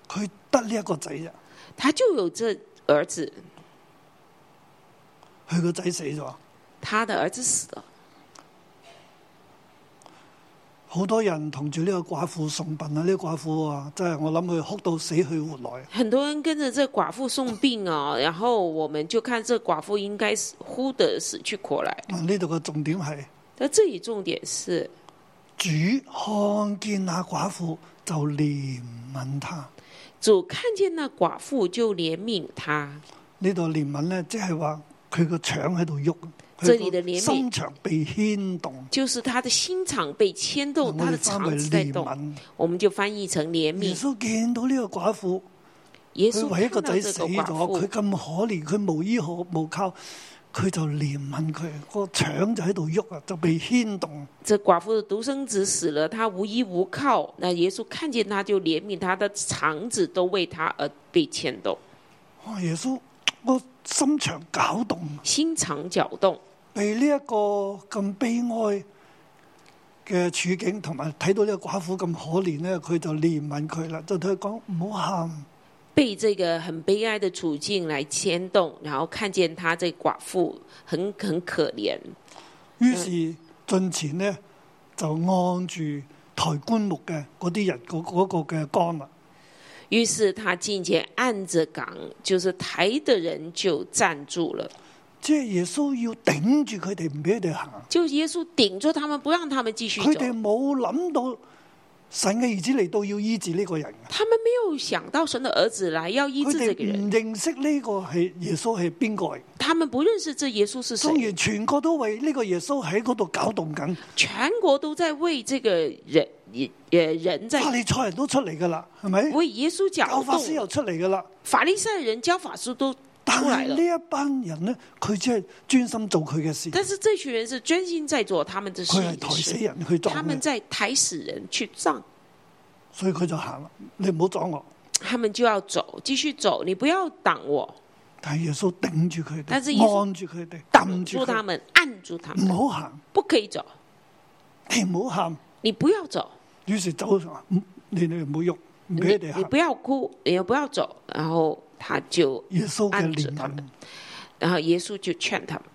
Speaker 2: 佢得呢一個仔啫，
Speaker 3: 她就有这儿子，
Speaker 2: 佢個仔死咗。
Speaker 3: 她的儿子死了。
Speaker 2: 好多人同住呢個寡婦送殯啊！呢、個寡婦啊，真係我諗佢哭到死去活來。
Speaker 3: 很多人跟着这寡妇送病啊、然后我们就看这寡妇应该是忽的死去活来。
Speaker 2: 啊呢度嘅重點係
Speaker 3: 那这里重点是，
Speaker 2: 主看見那寡婦就憐憫她。
Speaker 3: 主看见那寡妇就怜悯她，
Speaker 2: 呢度憐憫呢，即係話佢個腸喺度喐，
Speaker 3: 這裡的
Speaker 2: 佢
Speaker 3: 憐憫
Speaker 2: 個心腸被牽動。
Speaker 3: 就是她的心肠被牵
Speaker 2: 我
Speaker 3: 动，她的
Speaker 2: 哋翻
Speaker 3: 肠
Speaker 2: 為
Speaker 3: 子在
Speaker 2: 憐
Speaker 3: 动，
Speaker 2: 憫。
Speaker 3: 我们就翻译成怜
Speaker 2: 耶
Speaker 3: 悯。
Speaker 2: 穌見到呢個寡婦，
Speaker 3: 耶
Speaker 2: 佢
Speaker 3: 稣
Speaker 2: 為一個
Speaker 3: 看到
Speaker 2: 仔
Speaker 3: 这
Speaker 2: 死
Speaker 3: 个
Speaker 2: 咗，佢
Speaker 3: 寡
Speaker 2: 咁
Speaker 3: 妇，
Speaker 2: 可憐，佢無依可無靠，佢就憐憫佢，個腸就喺度喐啊，就被牽動。
Speaker 3: 这寡妇的独生子死了，她无依无靠。那耶稣看见她就怜悯她的肠子都为她而被牵动，
Speaker 2: 哇！耶穌我心腸攪動，啊
Speaker 3: 心肠搅动。
Speaker 2: 被呢一個咁悲哀嘅處境，同埋睇到呢個寡婦咁可憐咧，佢就憐憫佢啦，就同佢講唔好喊。
Speaker 3: 被这个很悲哀的处境来牵动，然后看见她这寡妇很很可怜，
Speaker 2: 於
Speaker 3: 嗯
Speaker 2: 是進前呢，就按住抬棺木嘅嗰啲人嗰嗰、個嘅杆啦，
Speaker 3: 于是他进前按着岗，就是抬的人就站住了，
Speaker 2: 即係耶穌要頂住佢哋，唔俾佢哋行。
Speaker 3: 就耶稣顶住他们，不让他们继续
Speaker 2: 佢
Speaker 3: 走。
Speaker 2: 哋冇諗到神嘅兒子嚟到要醫治呢個人嘅，
Speaker 3: 他们没有想到神的儿子来要医
Speaker 2: 佢
Speaker 3: 治这个
Speaker 2: 哋
Speaker 3: 人，
Speaker 2: 唔認識呢個係耶穌係邊個嚟。
Speaker 3: 他们不认识这耶稣是
Speaker 2: 當
Speaker 3: 谁。
Speaker 2: 然全個都為呢個耶穌喺嗰度搞動緊，
Speaker 3: 全国都在为这个人，呃，人在
Speaker 2: 法利賽人都出嚟噶啦，係咪？
Speaker 3: 为耶稣
Speaker 2: 教
Speaker 3: 搅
Speaker 2: 法師
Speaker 3: 动，
Speaker 2: 又出嚟噶啦，
Speaker 3: 法利赛人、教法师都
Speaker 2: 但
Speaker 3: 出来
Speaker 2: 係
Speaker 3: 了
Speaker 2: 呢。一班人呢，佢只係專心做佢嘅事，
Speaker 3: 但是这群人是专心在做他们的事
Speaker 2: 佢係
Speaker 3: 情
Speaker 2: 抬死人去
Speaker 3: 他
Speaker 2: 撞
Speaker 3: 们
Speaker 2: 嘅，
Speaker 3: 在抬死人去葬，
Speaker 2: 所以佢就行啦。你唔好阻我，
Speaker 3: 他们就要走，继续走，你不要挡我，
Speaker 2: 但係耶穌頂住佢哋，
Speaker 3: 但是耶穌
Speaker 2: 按住佢哋，撳住嗯
Speaker 3: 住
Speaker 2: 佢
Speaker 3: 他
Speaker 2: 哋，
Speaker 3: 们，按住他
Speaker 2: 唔
Speaker 3: 们，
Speaker 2: 好行，
Speaker 3: 不可以走，
Speaker 2: 你唔好喊。
Speaker 3: 你不要走，
Speaker 2: 於是走咗，嗯你哋唔好喐，唔
Speaker 3: 你
Speaker 2: 俾佢哋
Speaker 3: 你
Speaker 2: 行
Speaker 3: 不。要哭，你也不要走。然后他就，
Speaker 2: 耶穌嘅
Speaker 3: 按住
Speaker 2: 憐
Speaker 3: 他
Speaker 2: 憫
Speaker 3: 們，然后耶稣就劝他们，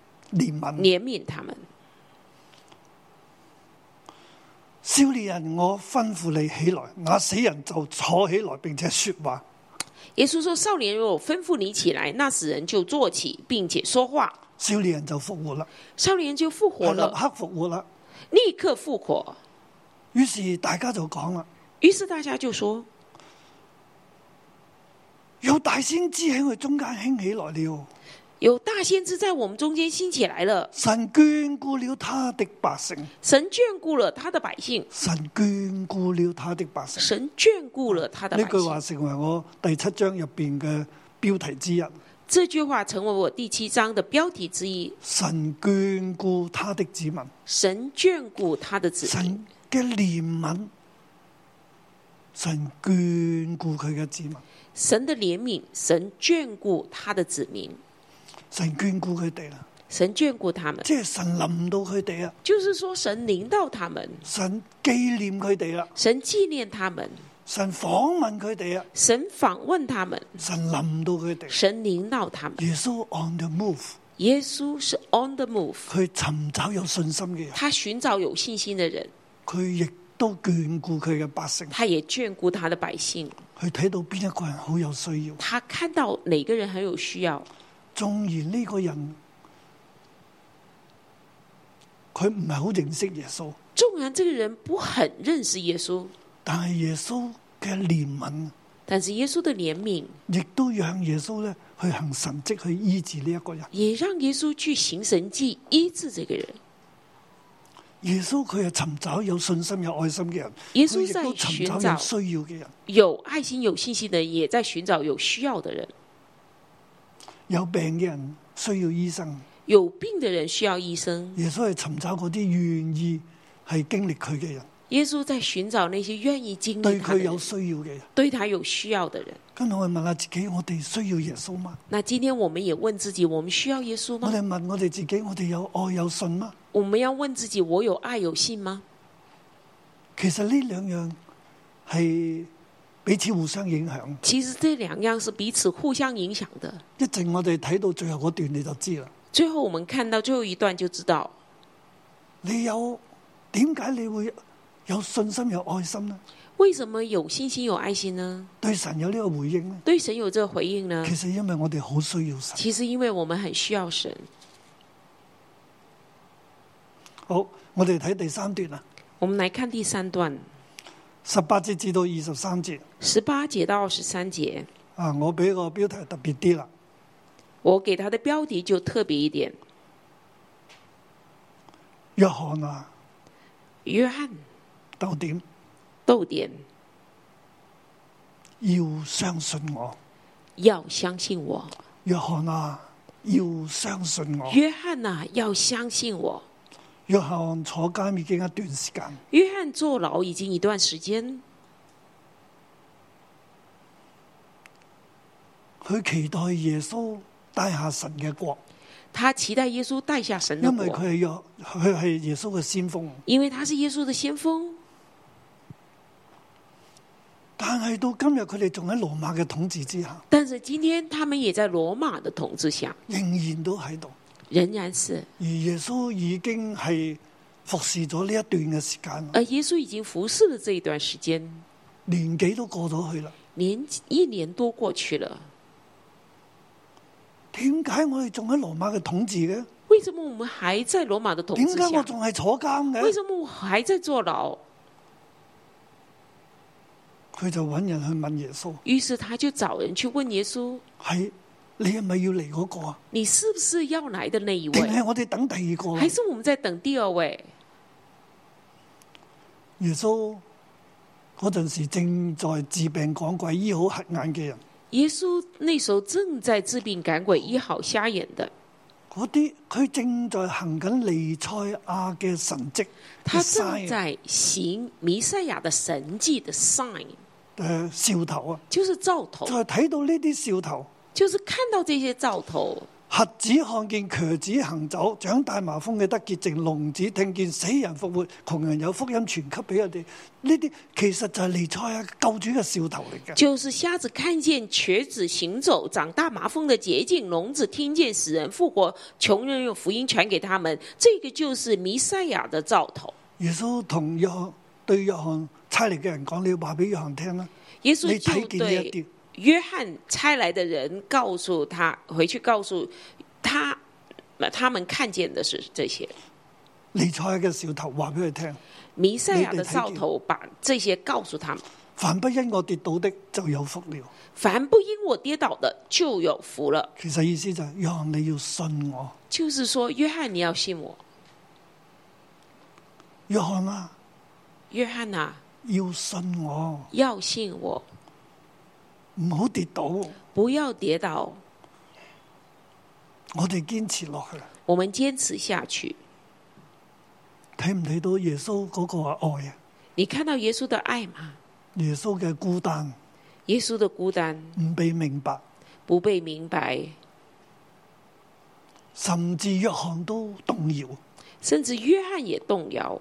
Speaker 2: 憐憫。
Speaker 3: 怜悯他们。
Speaker 2: 少年人，我吩咐你起來，那死人就坐起來，並且說話。
Speaker 3: 耶稣说：“少年人，我吩咐你起来。”那死人就坐起，并且说话。
Speaker 2: 少年人就復活啦，
Speaker 3: 少年人就复
Speaker 2: 係
Speaker 3: 活
Speaker 2: 立
Speaker 3: 了，
Speaker 2: 刻復活啦。
Speaker 3: 立刻复活。
Speaker 2: 於是大家就講啦：
Speaker 3: 于是大家就说
Speaker 2: 有大先知喺佢中間興起來了，：“
Speaker 3: 有大先知在我们中间兴起来了，
Speaker 2: 神眷顧了他的百姓，
Speaker 3: 神眷顾了他的百姓，
Speaker 2: 神眷顧了他的百姓。
Speaker 3: 神眷顾了他的
Speaker 2: 呢
Speaker 3: 百
Speaker 2: 句
Speaker 3: 姓
Speaker 2: 話。成為我第七章入邊嘅標題之一。”
Speaker 3: 这句话成为我第七章的标题之一。
Speaker 2: 神眷顧他的子民。
Speaker 3: 神眷顾他的子民，
Speaker 2: 神嘅憐憫，神眷顧佢嘅子民，
Speaker 3: 神的怜悯，神眷顾他的子民，
Speaker 2: 神眷顧佢哋啦，
Speaker 3: 神眷顾他们，
Speaker 2: 即係神臨到佢哋啊，
Speaker 3: 就是说神临到他们，
Speaker 2: 神紀念佢哋啦，
Speaker 3: 神纪念他们，
Speaker 2: 神訪問佢哋啊，
Speaker 3: 神访问他们，
Speaker 2: 神臨到佢哋。
Speaker 3: 神临到他们。
Speaker 2: 耶穌 on the move，
Speaker 3: 耶稣是 on the move，
Speaker 2: 佢尋找有信心嘅人，
Speaker 3: 他寻找有信心的人，
Speaker 2: 佢亦都眷顧佢嘅百姓，
Speaker 3: 他也眷顾他的百姓，
Speaker 2: 佢睇到邊一個人好有需要，
Speaker 3: 他看到哪个人很有需要，
Speaker 2: 縱然呢個人佢唔係好認識耶穌，
Speaker 3: 纵然这个人不很认识耶稣，
Speaker 2: 但係耶穌嘅憐憫。
Speaker 3: 但是耶稣的怜悯
Speaker 2: 亦都讓耶穌咧去行神蹟去醫治呢一個人。
Speaker 3: 也让耶稣去行神迹医治这个人。
Speaker 2: 耶穌佢係尋找有信心、有愛心嘅人，
Speaker 3: 耶
Speaker 2: 佢
Speaker 3: 穌
Speaker 2: 亦都
Speaker 3: 在
Speaker 2: 尋
Speaker 3: 尋
Speaker 2: 找
Speaker 3: 找
Speaker 2: 有需要嘅人，
Speaker 3: 有爱心、有信心的人，也在寻找有需要的人。
Speaker 2: 有病嘅人需要醫生。
Speaker 3: 有病的人需要医生。
Speaker 2: 耶穌係尋找嗰啲願意係經歷佢嘅人，
Speaker 3: 耶穌在寻找那些愿意经历
Speaker 2: 對
Speaker 3: 他的
Speaker 2: 佢
Speaker 3: 人
Speaker 2: 有，需要嘅人。
Speaker 3: 对他有需要的人。
Speaker 2: 跟住我哋問下自己，我哋需要耶穌嗎？
Speaker 3: 那今天我们也问自己：我们需要耶稣
Speaker 2: 我
Speaker 3: 吗？
Speaker 2: 哋問我哋自己，我哋有愛有信嗎？
Speaker 3: 我们要问自己：我有爱有信吗？
Speaker 2: 其實呢兩樣係彼此互相影響。
Speaker 3: 其实这两样是彼此互相影响的。
Speaker 2: 一陣我哋睇到最後嗰段你就知啦。
Speaker 3: 最后我们看到最后一段就知道，
Speaker 2: 你有點解你會有信心有愛心呢？
Speaker 3: 为什么有信心、有爱心呢？
Speaker 2: 對神有呢個回應呢？
Speaker 3: 对神有这个回应呢
Speaker 2: 其？實因為我哋好需要神。
Speaker 3: 其实因为我们很需要神。
Speaker 2: 好，我哋睇第三段啦，啊
Speaker 3: 我们来看第三段，
Speaker 2: 十八節至到二十三節
Speaker 3: 十八节到二十三节。
Speaker 2: 啊，我俾個標題特別啲啦。
Speaker 3: 我给他的标题就特别一点：
Speaker 2: 約翰啊，
Speaker 3: 约翰
Speaker 2: 逗點
Speaker 3: 逗点，
Speaker 2: 要相信我。
Speaker 3: 要相信我。
Speaker 2: 約翰啊，要相信我。
Speaker 3: 约翰呐、要相信我。
Speaker 2: 約翰坐監已經一段時間，
Speaker 3: 约翰坐牢已经一段时间，
Speaker 2: 佢期待耶穌帶下神嘅國，
Speaker 3: 他期待耶稣带下神的
Speaker 2: 因為佢
Speaker 3: 国，
Speaker 2: 係約，佢係耶穌嘅先鋒。
Speaker 3: 因为他是耶稣的先锋。
Speaker 2: 但係到今日佢哋仲喺羅馬嘅統治之下，
Speaker 3: 但是今天他们也在罗马的统治下，
Speaker 2: 仍然都喺度。
Speaker 3: 仍然是，
Speaker 2: 而耶穌已經係服侍咗呢一段嘅時間，
Speaker 3: 而呃耶稣已经服侍了这一段时间，
Speaker 2: 年紀都過咗去啦。
Speaker 3: 年一年多过去了，
Speaker 2: 點解我哋仲喺羅馬嘅統治嘅？
Speaker 3: 为什么我们还在罗马的统
Speaker 2: 點
Speaker 3: 治
Speaker 2: 解我
Speaker 3: 下？
Speaker 2: 仲係坐監
Speaker 3: 为
Speaker 2: 嘅？
Speaker 3: 什么我还在坐牢？
Speaker 2: 佢就揾人去問耶穌：
Speaker 3: 于是他就找人去问耶稣
Speaker 2: 係你係咪要嚟嗰個啊？：“
Speaker 3: 你是不是要来的那一
Speaker 2: 定
Speaker 3: 位？
Speaker 2: 係我哋等第二個啊？
Speaker 3: 还是我们在等第二位
Speaker 2: 耶穌嗰陣時正在治病趕鬼、醫好瞎眼嘅人，？”
Speaker 3: 耶稣那时候正在治病赶鬼、医好瞎眼的，
Speaker 2: 嗰啲佢正在行緊尼賽亞嘅神蹟，
Speaker 3: 他正
Speaker 2: sign
Speaker 3: 在行弥赛亚的神迹的 sign，
Speaker 2: 呃兆頭啊，
Speaker 3: 就是兆头
Speaker 2: 就，係睇到呢啲兆頭。
Speaker 3: 就是看到这些兆头。
Speaker 2: 瞎子看見瘸子行走，長大麻風嘅得潔淨，聾子聽見死人復活，窮人有福音傳給俾佢哋。呢啲其實就係尼賽亞救主嘅兆頭嚟嘅。
Speaker 3: 就是瞎子看见瘸子行走，长大麻风的捷径；聋子听见死人复活，穷人用福音传给他们。这个就是弥赛亚的兆头。
Speaker 2: 耶穌同約翰對約翰差嚟嘅人講：你要話俾約翰聽啦，
Speaker 3: 耶
Speaker 2: 你
Speaker 3: 稣就
Speaker 2: 睇見呢一
Speaker 3: 对
Speaker 2: 啲，
Speaker 3: 约翰差来的人告诉他，回去告诉他，那他们看见的是这些
Speaker 2: 尼賽亞嘅兆頭話俾佢聽。
Speaker 3: 弥赛亚
Speaker 2: 你
Speaker 3: 的
Speaker 2: 得睇见
Speaker 3: 兆头，把这些告诉他们。
Speaker 2: 凡不因我跌倒的就有福了。
Speaker 3: 凡不因我跌倒的，就有福了。
Speaker 2: 其實意思就係、約翰你要信我，
Speaker 3: 就是说，约翰，你要信我，
Speaker 2: 約翰啊，
Speaker 3: 约翰呐、啊，
Speaker 2: 要信我，
Speaker 3: 要信我，
Speaker 2: 唔好跌倒。
Speaker 3: 不要跌倒。
Speaker 2: 我哋堅持落去，
Speaker 3: 我们坚持下去。
Speaker 2: 睇唔睇到耶穌嗰個愛啊？
Speaker 3: 你看到耶稣的爱吗？
Speaker 2: 耶穌嘅孤單
Speaker 3: 耶稣的孤单
Speaker 2: 唔被明白，
Speaker 3: 不被明白，
Speaker 2: 甚至約翰都動搖。
Speaker 3: 甚至约翰也动摇。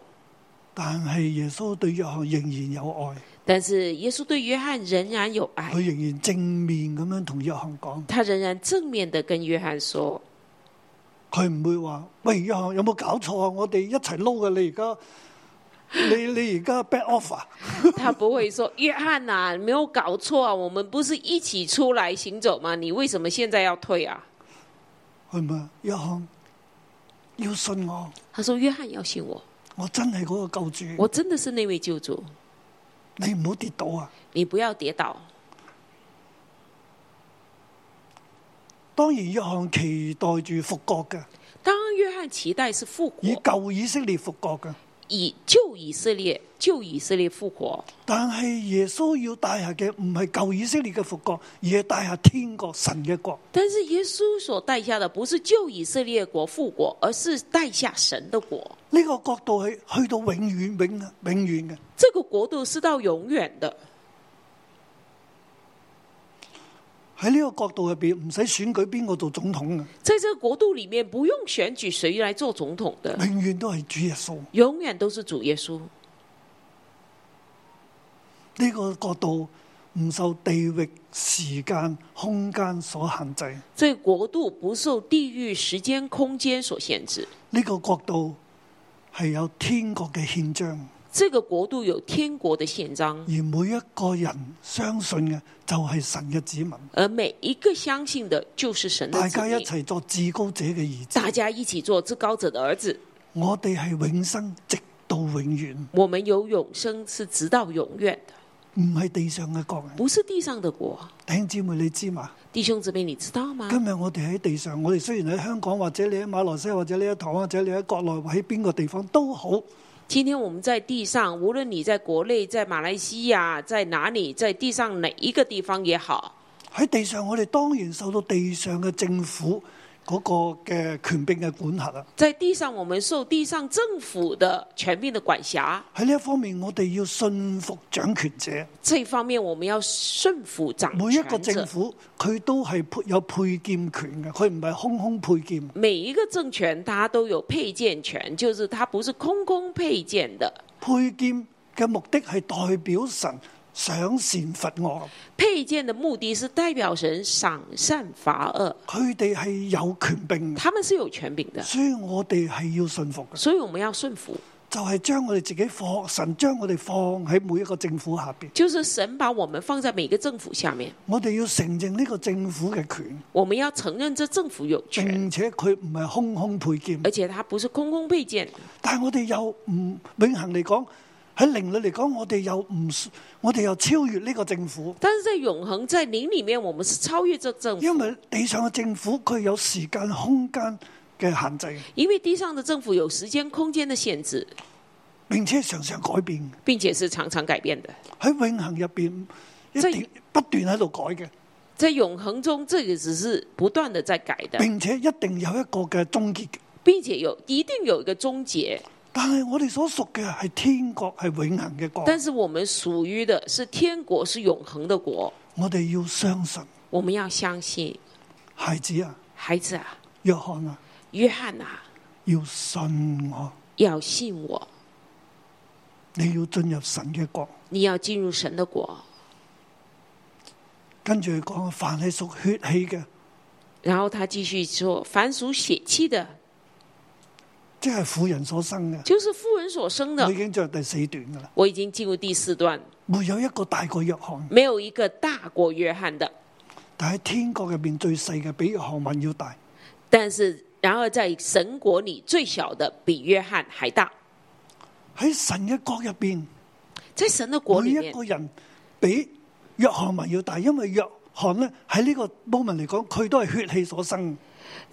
Speaker 2: 但係耶穌對約翰仍然有愛，
Speaker 3: 但是耶稣对约翰仍然有爱，
Speaker 2: 佢仍然正面咁樣同約翰講，
Speaker 3: 他仍然正面的跟约翰说
Speaker 2: 佢唔會話：喂，約翰有冇搞錯啊？我哋一齊撈嘅，你而家你你而家 back off 啊？：“
Speaker 3: 他不会说约翰呐、 你没有搞错啊，我们不是一起出来行走吗？你为什么现在要退啊
Speaker 2: 佢唔係約翰要信我，？”
Speaker 3: 他说：“约翰要信我，
Speaker 2: 我真係嗰個救主，
Speaker 3: 我真的是那位救主，
Speaker 2: 你唔好跌倒啊！
Speaker 3: 你不要跌倒。
Speaker 2: 當然約翰期待住復國嘅，”
Speaker 3: 当约翰期待是复
Speaker 2: 以
Speaker 3: 活，
Speaker 2: 舊以色列復國嘅。
Speaker 3: 以救以色列，救以色列复活。
Speaker 2: 但係耶穌要帶下嘅唔係舊以色列嘅復國，而係帶下天國神嘅國。
Speaker 3: 但是耶稣所带下的不是救以色列国复国，而是带下神的国。
Speaker 2: 呢、個角度係去到永遠、永永遠嘅。
Speaker 3: 这个国度是到永远的。
Speaker 2: 喺呢個角度入边，唔使選舉邊個做總統嘅，
Speaker 3: 在这个国度里面，不用选举谁来做总统的，
Speaker 2: 永遠都係主耶穌。呢、
Speaker 3: 永远都是主耶稣。
Speaker 2: 個角度唔受地域、時間、空間所限制。呢、
Speaker 3: 这个国度不受地域、时间、空间所限制。
Speaker 2: 個角度係有天國嘅憲章，
Speaker 3: 这个国度有天国的宪章
Speaker 2: 而，每一個人相信嘅就係神嘅子民，
Speaker 3: 而每一个相信的就是神的
Speaker 2: 大
Speaker 3: 子
Speaker 2: 家一
Speaker 3: 民。
Speaker 2: 齊作至高者嘅兒子。
Speaker 3: 大家一起做至高者的儿子。
Speaker 2: 我哋係永生，直到永遠，
Speaker 3: 我们有永生，是直到永远的，
Speaker 2: 唔係地上嘅國人。
Speaker 3: 不是地上的国。
Speaker 2: 弟兄姊妹，你知嘛？
Speaker 3: 弟兄姊妹，你知道吗？
Speaker 2: 今日我哋喺地上，我哋雖然喺香港，或者你喺馬來西亞，或者你喺台灣，或者你喺國內，或喺邊個地方都好，
Speaker 3: 今天我们在地上，无论你在国内、在马来西亚、在哪里，在地上哪一个地方也好，
Speaker 2: 喺地上我哋當然受到地上嘅政府嗰個嘅權柄嘅管轄啊。
Speaker 3: 在地上我们受地上政府的权柄的管辖，
Speaker 2: 喺呢一方面，我哋要信服掌權者。
Speaker 3: 这方面我们要顺服掌
Speaker 2: 每一個
Speaker 3: 权
Speaker 2: 政
Speaker 3: 者。
Speaker 2: 府佢都係配有配劍權嘅，佢唔係空空配劍。
Speaker 3: 每一个政权，它都有配件权，就是它不是空空配件的。
Speaker 2: 配劍嘅目的係代表神賞善罰惡，
Speaker 3: 配件的目的是代表神赏善罚恶，
Speaker 2: 佢哋係有權柄嘅，
Speaker 3: 他们是有权柄的，
Speaker 2: 所以我哋係要信服嘅。
Speaker 3: 所以我们要顺服。
Speaker 2: 就係將我哋自己放，神將我哋放喺每一個政府下邊，
Speaker 3: 就是神把我们放在每个政府下面，
Speaker 2: 我哋要承認呢個政府嘅權，
Speaker 3: 我们要承认这政府有权。
Speaker 2: 並且佢唔係空空配劍
Speaker 3: 而。且它不是空空配件，
Speaker 2: 但係我哋又唔永恆嚟講，喺靈裏嚟講，我哋又唔，我哋又超越呢個政府，
Speaker 3: 但是在永恒在灵里面，我们是超越这政府，
Speaker 2: 因為地上嘅政府佢有時間空間嘅限制，
Speaker 3: 因为地上的政府有时间空间的限制，
Speaker 2: 並且常常改變。
Speaker 3: 并且是常常改变的。
Speaker 2: 喺永恆入邊一
Speaker 3: 即係
Speaker 2: 定不斷喺度改嘅，
Speaker 3: 在永恒中，这个只是不断的在改的，
Speaker 2: 並且一定有一個嘅終結嘅。
Speaker 3: 并且有一定有一个终结。
Speaker 2: 但係我哋所屬嘅係天國，係永恆嘅國。
Speaker 3: 但是我们属于的是天国，是永恒的国。
Speaker 2: 我哋要相信，
Speaker 3: 我们要相信，
Speaker 2: 孩子啊，
Speaker 3: 孩子啊，
Speaker 2: 約翰啊，
Speaker 3: 约翰啊，
Speaker 2: 要信我，
Speaker 3: 要信我，
Speaker 2: 你要進入神嘅國。
Speaker 3: 你要进入神的国。
Speaker 2: 跟住佢講，凡係屬血氣嘅，
Speaker 3: 然后他继续说：“凡属血气的，
Speaker 2: 即係婦人所生嘅。
Speaker 3: 就是妇人所生
Speaker 2: 我
Speaker 3: 的
Speaker 2: 已。經進入第四段噶啦，”
Speaker 3: 我已經进入第四段，
Speaker 2: 沒有一個大過約翰，
Speaker 3: 没有一个大过约翰的，
Speaker 2: 但喺天國入边最細嘅比約翰文要大。
Speaker 3: 但是然而在神国里最小的比约翰还大。
Speaker 2: 喺神嘅國入边，
Speaker 3: 在神的国
Speaker 2: 每
Speaker 3: 里
Speaker 2: 哦一
Speaker 3: 面，
Speaker 2: 個人比約翰文要大，因為約翰呢喺呢個 moment 嚟講，佢都係血氣所生。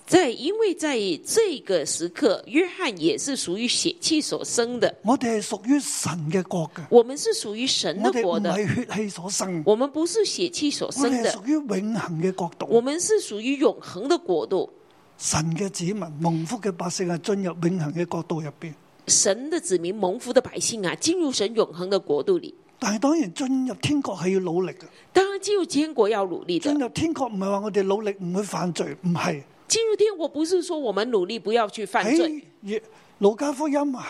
Speaker 3: 在因为在这个时刻，约翰也是属于血气所生的，
Speaker 2: 我哋係屬於神嘅國嘅，
Speaker 3: 我们是属于神
Speaker 2: 我
Speaker 3: 的
Speaker 2: 哋
Speaker 3: 国
Speaker 2: 唔
Speaker 3: 的，
Speaker 2: 係血氣所生，
Speaker 3: 我们不是血气所
Speaker 2: 我
Speaker 3: 生
Speaker 2: 哋係
Speaker 3: 的
Speaker 2: 屬，於永恆嘅國度。
Speaker 3: 我们是属于永恒的国度。
Speaker 2: 神嘅子民、蒙福嘅百姓係進入永恆嘅國度入边。
Speaker 3: 神的子民蒙福的百姓啊，进入神永恒的国度里。
Speaker 2: 但係當然進入天國係要努力嘅。
Speaker 3: 当然，进入天国要努力的
Speaker 2: 進。入天國唔係話我哋努力唔會犯罪，唔係
Speaker 3: 进入天国不是说我们努力不要去犯罪
Speaker 2: 喺。耶路加福音啊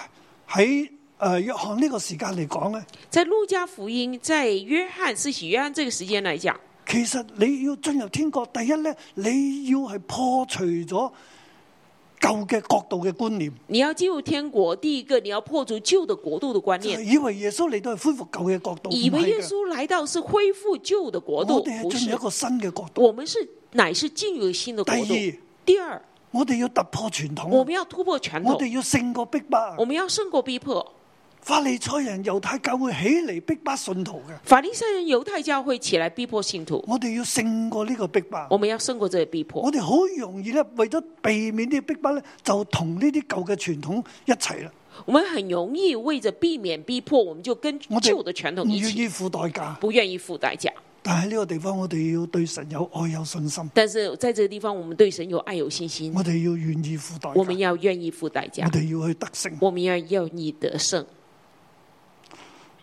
Speaker 2: 喺诶约翰呢個時間嚟講咧，
Speaker 3: 在路加福音，在约翰施洗约翰这个时间来讲，
Speaker 2: 其實你要進入天國，第一咧你要係破除咗舊嘅國度嘅觀念，
Speaker 3: 你要进入天国，第一个你要破除旧的国度的观
Speaker 2: 就係
Speaker 3: 念，
Speaker 2: 以為耶穌嚟到係恢復舊嘅國度，唔
Speaker 3: 以为
Speaker 2: 係
Speaker 3: 耶
Speaker 2: 嘅。
Speaker 3: 稣来到是恢复旧啊的国度
Speaker 2: 我，哋
Speaker 3: 不
Speaker 2: 係進入
Speaker 3: 是
Speaker 2: 一。個新嘅國度。
Speaker 3: 我们是乃是进入新的国度。
Speaker 2: 第二
Speaker 3: 第二，
Speaker 2: 我哋要突破傳
Speaker 3: 我
Speaker 2: 統，
Speaker 3: 们要突破传
Speaker 2: 我
Speaker 3: 统
Speaker 2: 哋，要勝過逼迫
Speaker 3: 我。们要胜过逼迫。
Speaker 2: 法利賽人、猶太教會起嚟逼迫信徒嘅，
Speaker 3: 法利赛人、犹太教会起来逼迫信徒，
Speaker 2: 我哋要勝過呢個逼迫。
Speaker 3: 我们要胜过这个逼迫
Speaker 2: 我。哋好容易咧，為咗避免呢啲逼迫咧，就同呢啲舊嘅傳統一齊啦。
Speaker 3: 我们很容易为着避免逼迫，我们就跟
Speaker 2: 我哋
Speaker 3: 旧的传
Speaker 2: 唔
Speaker 3: 统一
Speaker 2: 願
Speaker 3: 起，
Speaker 2: 意付代價，
Speaker 3: 不愿意付代价。
Speaker 2: 但喺呢個地方，我哋要對神有愛有信心，
Speaker 3: 但是在这个地方，我们对神有爱有信心，
Speaker 2: 我哋要願意付代
Speaker 3: 我们
Speaker 2: 價，
Speaker 3: 要愿意付代
Speaker 2: 我
Speaker 3: 价，
Speaker 2: 哋要去得勝。
Speaker 3: 我们要愿意得胜。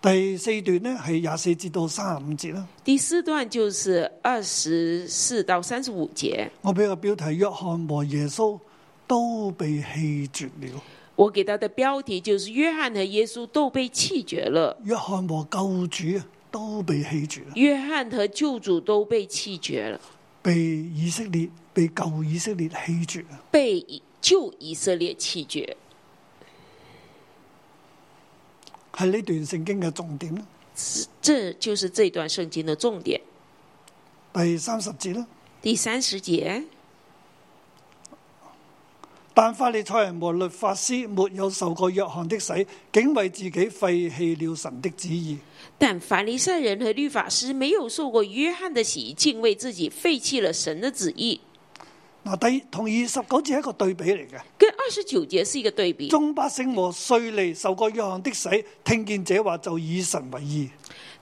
Speaker 2: 第四段呢，係廿四節到三十五節啦。
Speaker 3: 第四段就是二十四到三十五节，
Speaker 2: 我俾個標題：約翰和耶穌都被棄絕了。
Speaker 3: 我给他的标题就是“约翰和耶稣都被弃绝了”。
Speaker 2: 約翰和救主啊都被棄絕啊啦，
Speaker 3: 约翰和救主都被弃绝了，
Speaker 2: 被以色列、被舊以色列棄絕啊！
Speaker 3: 被以旧以色列弃绝，
Speaker 2: 係呢段聖經嘅重點啦。
Speaker 3: 这就是这段圣经的重点。
Speaker 2: 第三十節啦，
Speaker 3: 第三十节，
Speaker 2: 但法利賽人和律法師沒有受過約翰的洗，竟為自己廢棄了神的旨意。
Speaker 3: 但法利赛人和律法师没有受过约翰的洗，竟为自己废弃了神的旨意。
Speaker 2: 嗱，第同二十九節係一個對比嚟嘅。
Speaker 3: 跟二十九节是一个对比。
Speaker 2: 眾百姓和税吏受過約翰的洗，聽見這話就以神為義。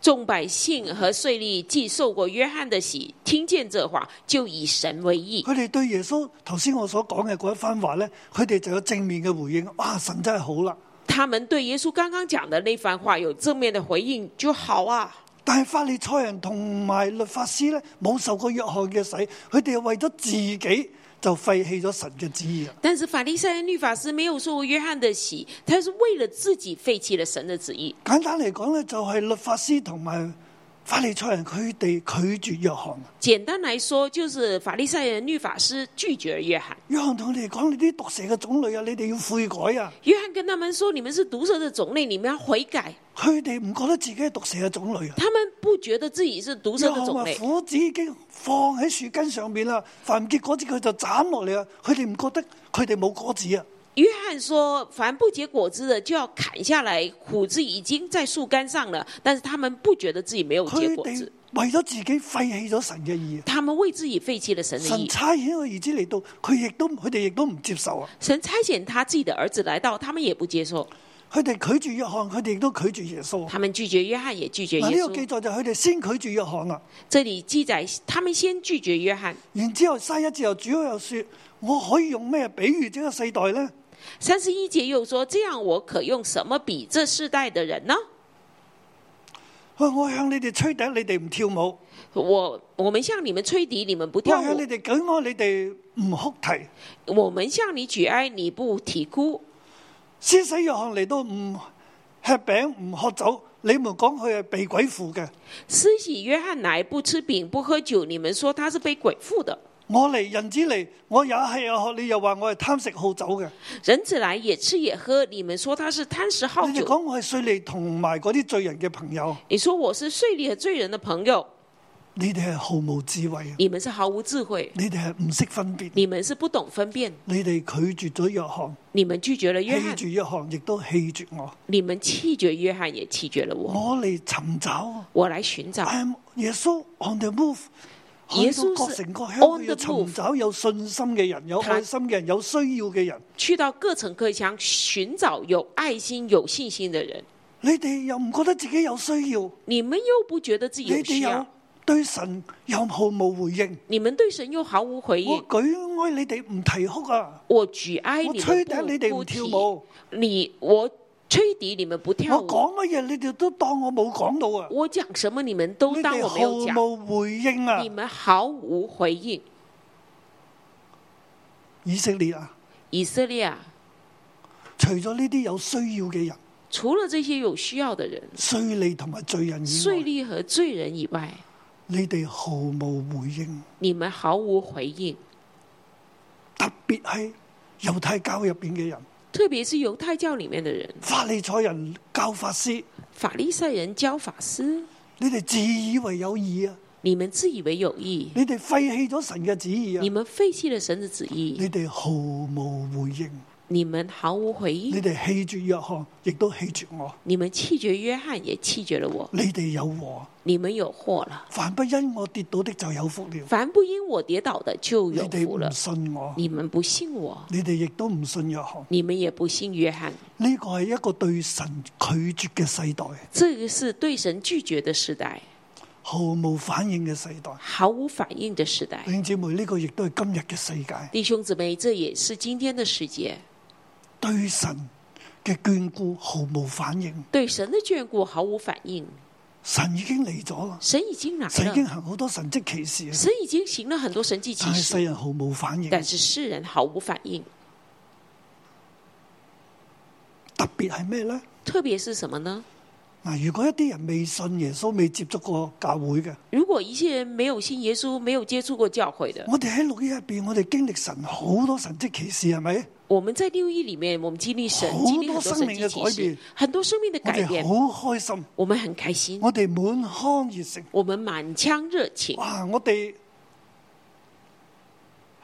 Speaker 3: 众百姓和税吏既受过约翰的洗，听见这话，就以神为义。
Speaker 2: 佢哋對耶穌頭先我所講嘅嗰一番話呢，佢哋就有正面嘅回應。哇！神真係好啦！
Speaker 3: 他们对耶稣刚刚讲的那番话有正面的回应，就好啊。
Speaker 2: 但係法利賽人同埋律法師呢，冇受過約翰嘅洗，佢哋為咗自己就廢棄咗神嘅旨意啊！
Speaker 3: 但是法利赛人、律法师没有受过约翰的洗，他是为了自己废弃了神的旨意。
Speaker 2: 簡單嚟講呢，就係律法師同埋法利賽人佢哋拒絕約翰。
Speaker 3: 简单来说，就是法利赛人、律法师拒绝了约翰。
Speaker 2: 約翰同佢哋講：你啲毒蛇嘅種類啊，你哋要悔改啊！
Speaker 3: 约翰跟他们说：“你们是毒蛇的种类，你们要悔改。
Speaker 2: 佢哋唔覺得自己係毒蛇嘅種類”啊！
Speaker 3: 他们不觉得自己是毒
Speaker 2: 約
Speaker 3: 蛇的
Speaker 2: 翰
Speaker 3: 种
Speaker 2: 話：
Speaker 3: 类。
Speaker 2: 斧子已經放喺樹根上面啦，凡唔結果子佢就斬落嚟啊！佢哋唔覺得佢哋冇果子啊！
Speaker 3: 约翰说：“凡不结果子的，就要砍下来。虎子已经在树干上了，但是他们不觉得自己没有结
Speaker 2: 佢
Speaker 3: 果
Speaker 2: 哋
Speaker 3: 子，
Speaker 2: 為咗自己廢棄咗神嘅意，
Speaker 3: 他们为自己废弃了神的
Speaker 2: 神
Speaker 3: 意。
Speaker 2: 差遣個兒子嚟到，佢亦都佢哋亦都唔接受啊！
Speaker 3: 神差遣他自己的儿子来到，他们也不接受，
Speaker 2: 佢哋拒絕約翰，佢哋亦都拒絕耶穌。
Speaker 3: 他们拒绝约翰，也拒绝
Speaker 2: 嗱，
Speaker 3: 耶
Speaker 2: 呢個記
Speaker 3: 稣。
Speaker 2: 載就係佢哋先拒絕約翰啦，
Speaker 3: 这里记载，他们先拒绝约翰。
Speaker 2: 然之後三一之後，主又說：我可以用咩比喻這個世代呢？
Speaker 3: 三十一节又说：这样我可用什么比这世代的人呢？
Speaker 2: 佢話我向你哋吹笛，你哋唔跳舞；
Speaker 3: 我我们向你们吹笛，你们不
Speaker 2: 我
Speaker 3: 跳
Speaker 2: 向
Speaker 3: 舞
Speaker 2: 你；哋舉哀，你哋唔哭啼。
Speaker 3: 我们向你举哀，你不啼哭。
Speaker 2: 施洗約翰嚟到唔吃餅唔喝酒，你們講佢係被鬼附嘅。
Speaker 3: 施洗约翰来不吃饼不喝酒，你们说他是被鬼附的；
Speaker 2: 我嚟人子嚟，我也係有喝，你又話我係貪食好酒嘅。
Speaker 3: 人子来也吃也喝，你们说他是贪食好
Speaker 2: 你哋
Speaker 3: 酒。
Speaker 2: 講我係税吏同埋嗰啲罪人嘅朋友，
Speaker 3: 你说我是税吏和罪人的朋友，
Speaker 2: 你哋係毫無智慧，啊
Speaker 3: 你们是毫无智慧，
Speaker 2: 你哋係唔識分別，
Speaker 3: 你们是不懂分辨，
Speaker 2: 你哋拒絕咗約翰，
Speaker 3: 你们拒绝了约
Speaker 2: 棄
Speaker 3: 翰，
Speaker 2: 住約翰，亦都棄絕我。
Speaker 3: 你们弃绝约翰，也弃绝了我。
Speaker 2: 我嚟尋找啊
Speaker 3: 我来寻找
Speaker 2: I am 耶穌 on the move。
Speaker 3: 耶
Speaker 2: 去到
Speaker 3: 穌
Speaker 2: 各
Speaker 3: 啊是
Speaker 2: 城各
Speaker 3: on
Speaker 2: 鄉，要
Speaker 3: the
Speaker 2: 尋
Speaker 3: move
Speaker 2: 找有信心嘅人，有
Speaker 3: 他
Speaker 2: 愛心嘅人，有需要嘅人。
Speaker 3: 去到各城各乡寻找有爱心、有信心的人。
Speaker 2: 你哋又唔覺得自己有需要，
Speaker 3: 你们又不觉得自己
Speaker 2: 你
Speaker 3: 有
Speaker 2: 哋
Speaker 3: 需
Speaker 2: 又
Speaker 3: 要，
Speaker 2: 對神又毫無回應。
Speaker 3: 你们对神又毫无回
Speaker 2: 我
Speaker 3: 应。
Speaker 2: 舉哀你哋唔啼哭啊！
Speaker 3: 我举哀，
Speaker 2: 我
Speaker 3: 你
Speaker 2: 吹
Speaker 3: 们
Speaker 2: 笛你哋
Speaker 3: 不
Speaker 2: 唔
Speaker 3: 不
Speaker 2: 跳
Speaker 3: 提；
Speaker 2: 舞，
Speaker 3: 你我吹笛，你们不跳
Speaker 2: 我
Speaker 3: 舞。
Speaker 2: 講乜嘢你哋都當我冇講到啊！
Speaker 3: 我讲什么，你们
Speaker 2: 你
Speaker 3: 都当
Speaker 2: 哋
Speaker 3: 我没有讲
Speaker 2: 毫，無回應啊
Speaker 3: 你！们毫无回应。
Speaker 2: 以色列啊，
Speaker 3: 以色列啊，
Speaker 2: 除咗呢啲有需要嘅人、
Speaker 3: 除了这些有需要的人、
Speaker 2: 税吏同埋罪人以
Speaker 3: 税
Speaker 2: 外，
Speaker 3: 吏和罪人以外，
Speaker 2: 你哋毫無回應。
Speaker 3: 你们毫无回应。
Speaker 2: 特別係猶太教入邊嘅人，
Speaker 3: 特别是犹太教里面的人，
Speaker 2: 法利賽人教法師，
Speaker 3: 法利赛人教法师，
Speaker 2: 你哋自以為有義啊！
Speaker 3: 你们自以为有义，
Speaker 2: 你哋廢棄咗神嘅旨意啊
Speaker 3: 你！们废弃了神的旨意，
Speaker 2: 你哋毫無回應，
Speaker 3: 你们毫无回
Speaker 2: 你
Speaker 3: 应，
Speaker 2: 哋棄絕約翰，亦都棄絕我。
Speaker 3: 你们弃绝约翰，也弃绝了我。
Speaker 2: 你哋有禍，
Speaker 3: 你们有祸了。
Speaker 2: 凡不因我跌倒的就有福了。
Speaker 3: 凡不因我跌倒的，就
Speaker 2: 你
Speaker 3: 有
Speaker 2: 哋
Speaker 3: 福了
Speaker 2: 唔。信我，
Speaker 3: 你们不信我，
Speaker 2: 你哋亦都唔信約翰。
Speaker 3: 你们也不信约翰。
Speaker 2: 呢個係一個對神拒絕嘅世代，
Speaker 3: 这个是对神拒绝的时代，
Speaker 2: 毫無反應嘅世代。
Speaker 3: 毫无反应的时代
Speaker 2: 弟。兄姊妹，呢、個亦都係今日嘅世界
Speaker 3: 弟兄姊妹，这也是今天的世界，
Speaker 2: 對神嘅眷顧毫無反應。
Speaker 3: 对神的眷顾毫无反应。
Speaker 2: 神已經嚟咗啦，
Speaker 3: 神已经来
Speaker 2: 神已經
Speaker 3: 了，
Speaker 2: 行好多神蹟奇事啦，
Speaker 3: 神已经行了很多神迹奇
Speaker 2: 但係世
Speaker 3: 事，
Speaker 2: 人毫無反應。
Speaker 3: 但是世人毫无反应。
Speaker 2: 特別係咩呢？
Speaker 3: 特别是什么呢？
Speaker 2: 嗱，啊如果一啲人未信耶穌、未接觸過教會嘅，
Speaker 3: 如果一些人没有信耶稣，没有接触過教会的，
Speaker 2: 我哋喺六一入邊，我哋經歷神好多神蹟奇事，係咪？
Speaker 3: 我们在六一里面，我们经历神
Speaker 2: 好，
Speaker 3: 经历
Speaker 2: 多
Speaker 3: 很多
Speaker 2: 生
Speaker 3: 神
Speaker 2: 命
Speaker 3: 迹
Speaker 2: 嘅改
Speaker 3: 奇
Speaker 2: 变
Speaker 3: 事，很多生命的
Speaker 2: 我
Speaker 3: 改变，
Speaker 2: 哋好開心，
Speaker 3: 我们很开心，
Speaker 2: 我哋滿腔熱誠，
Speaker 3: 我们满腔热情，
Speaker 2: 哇！我哋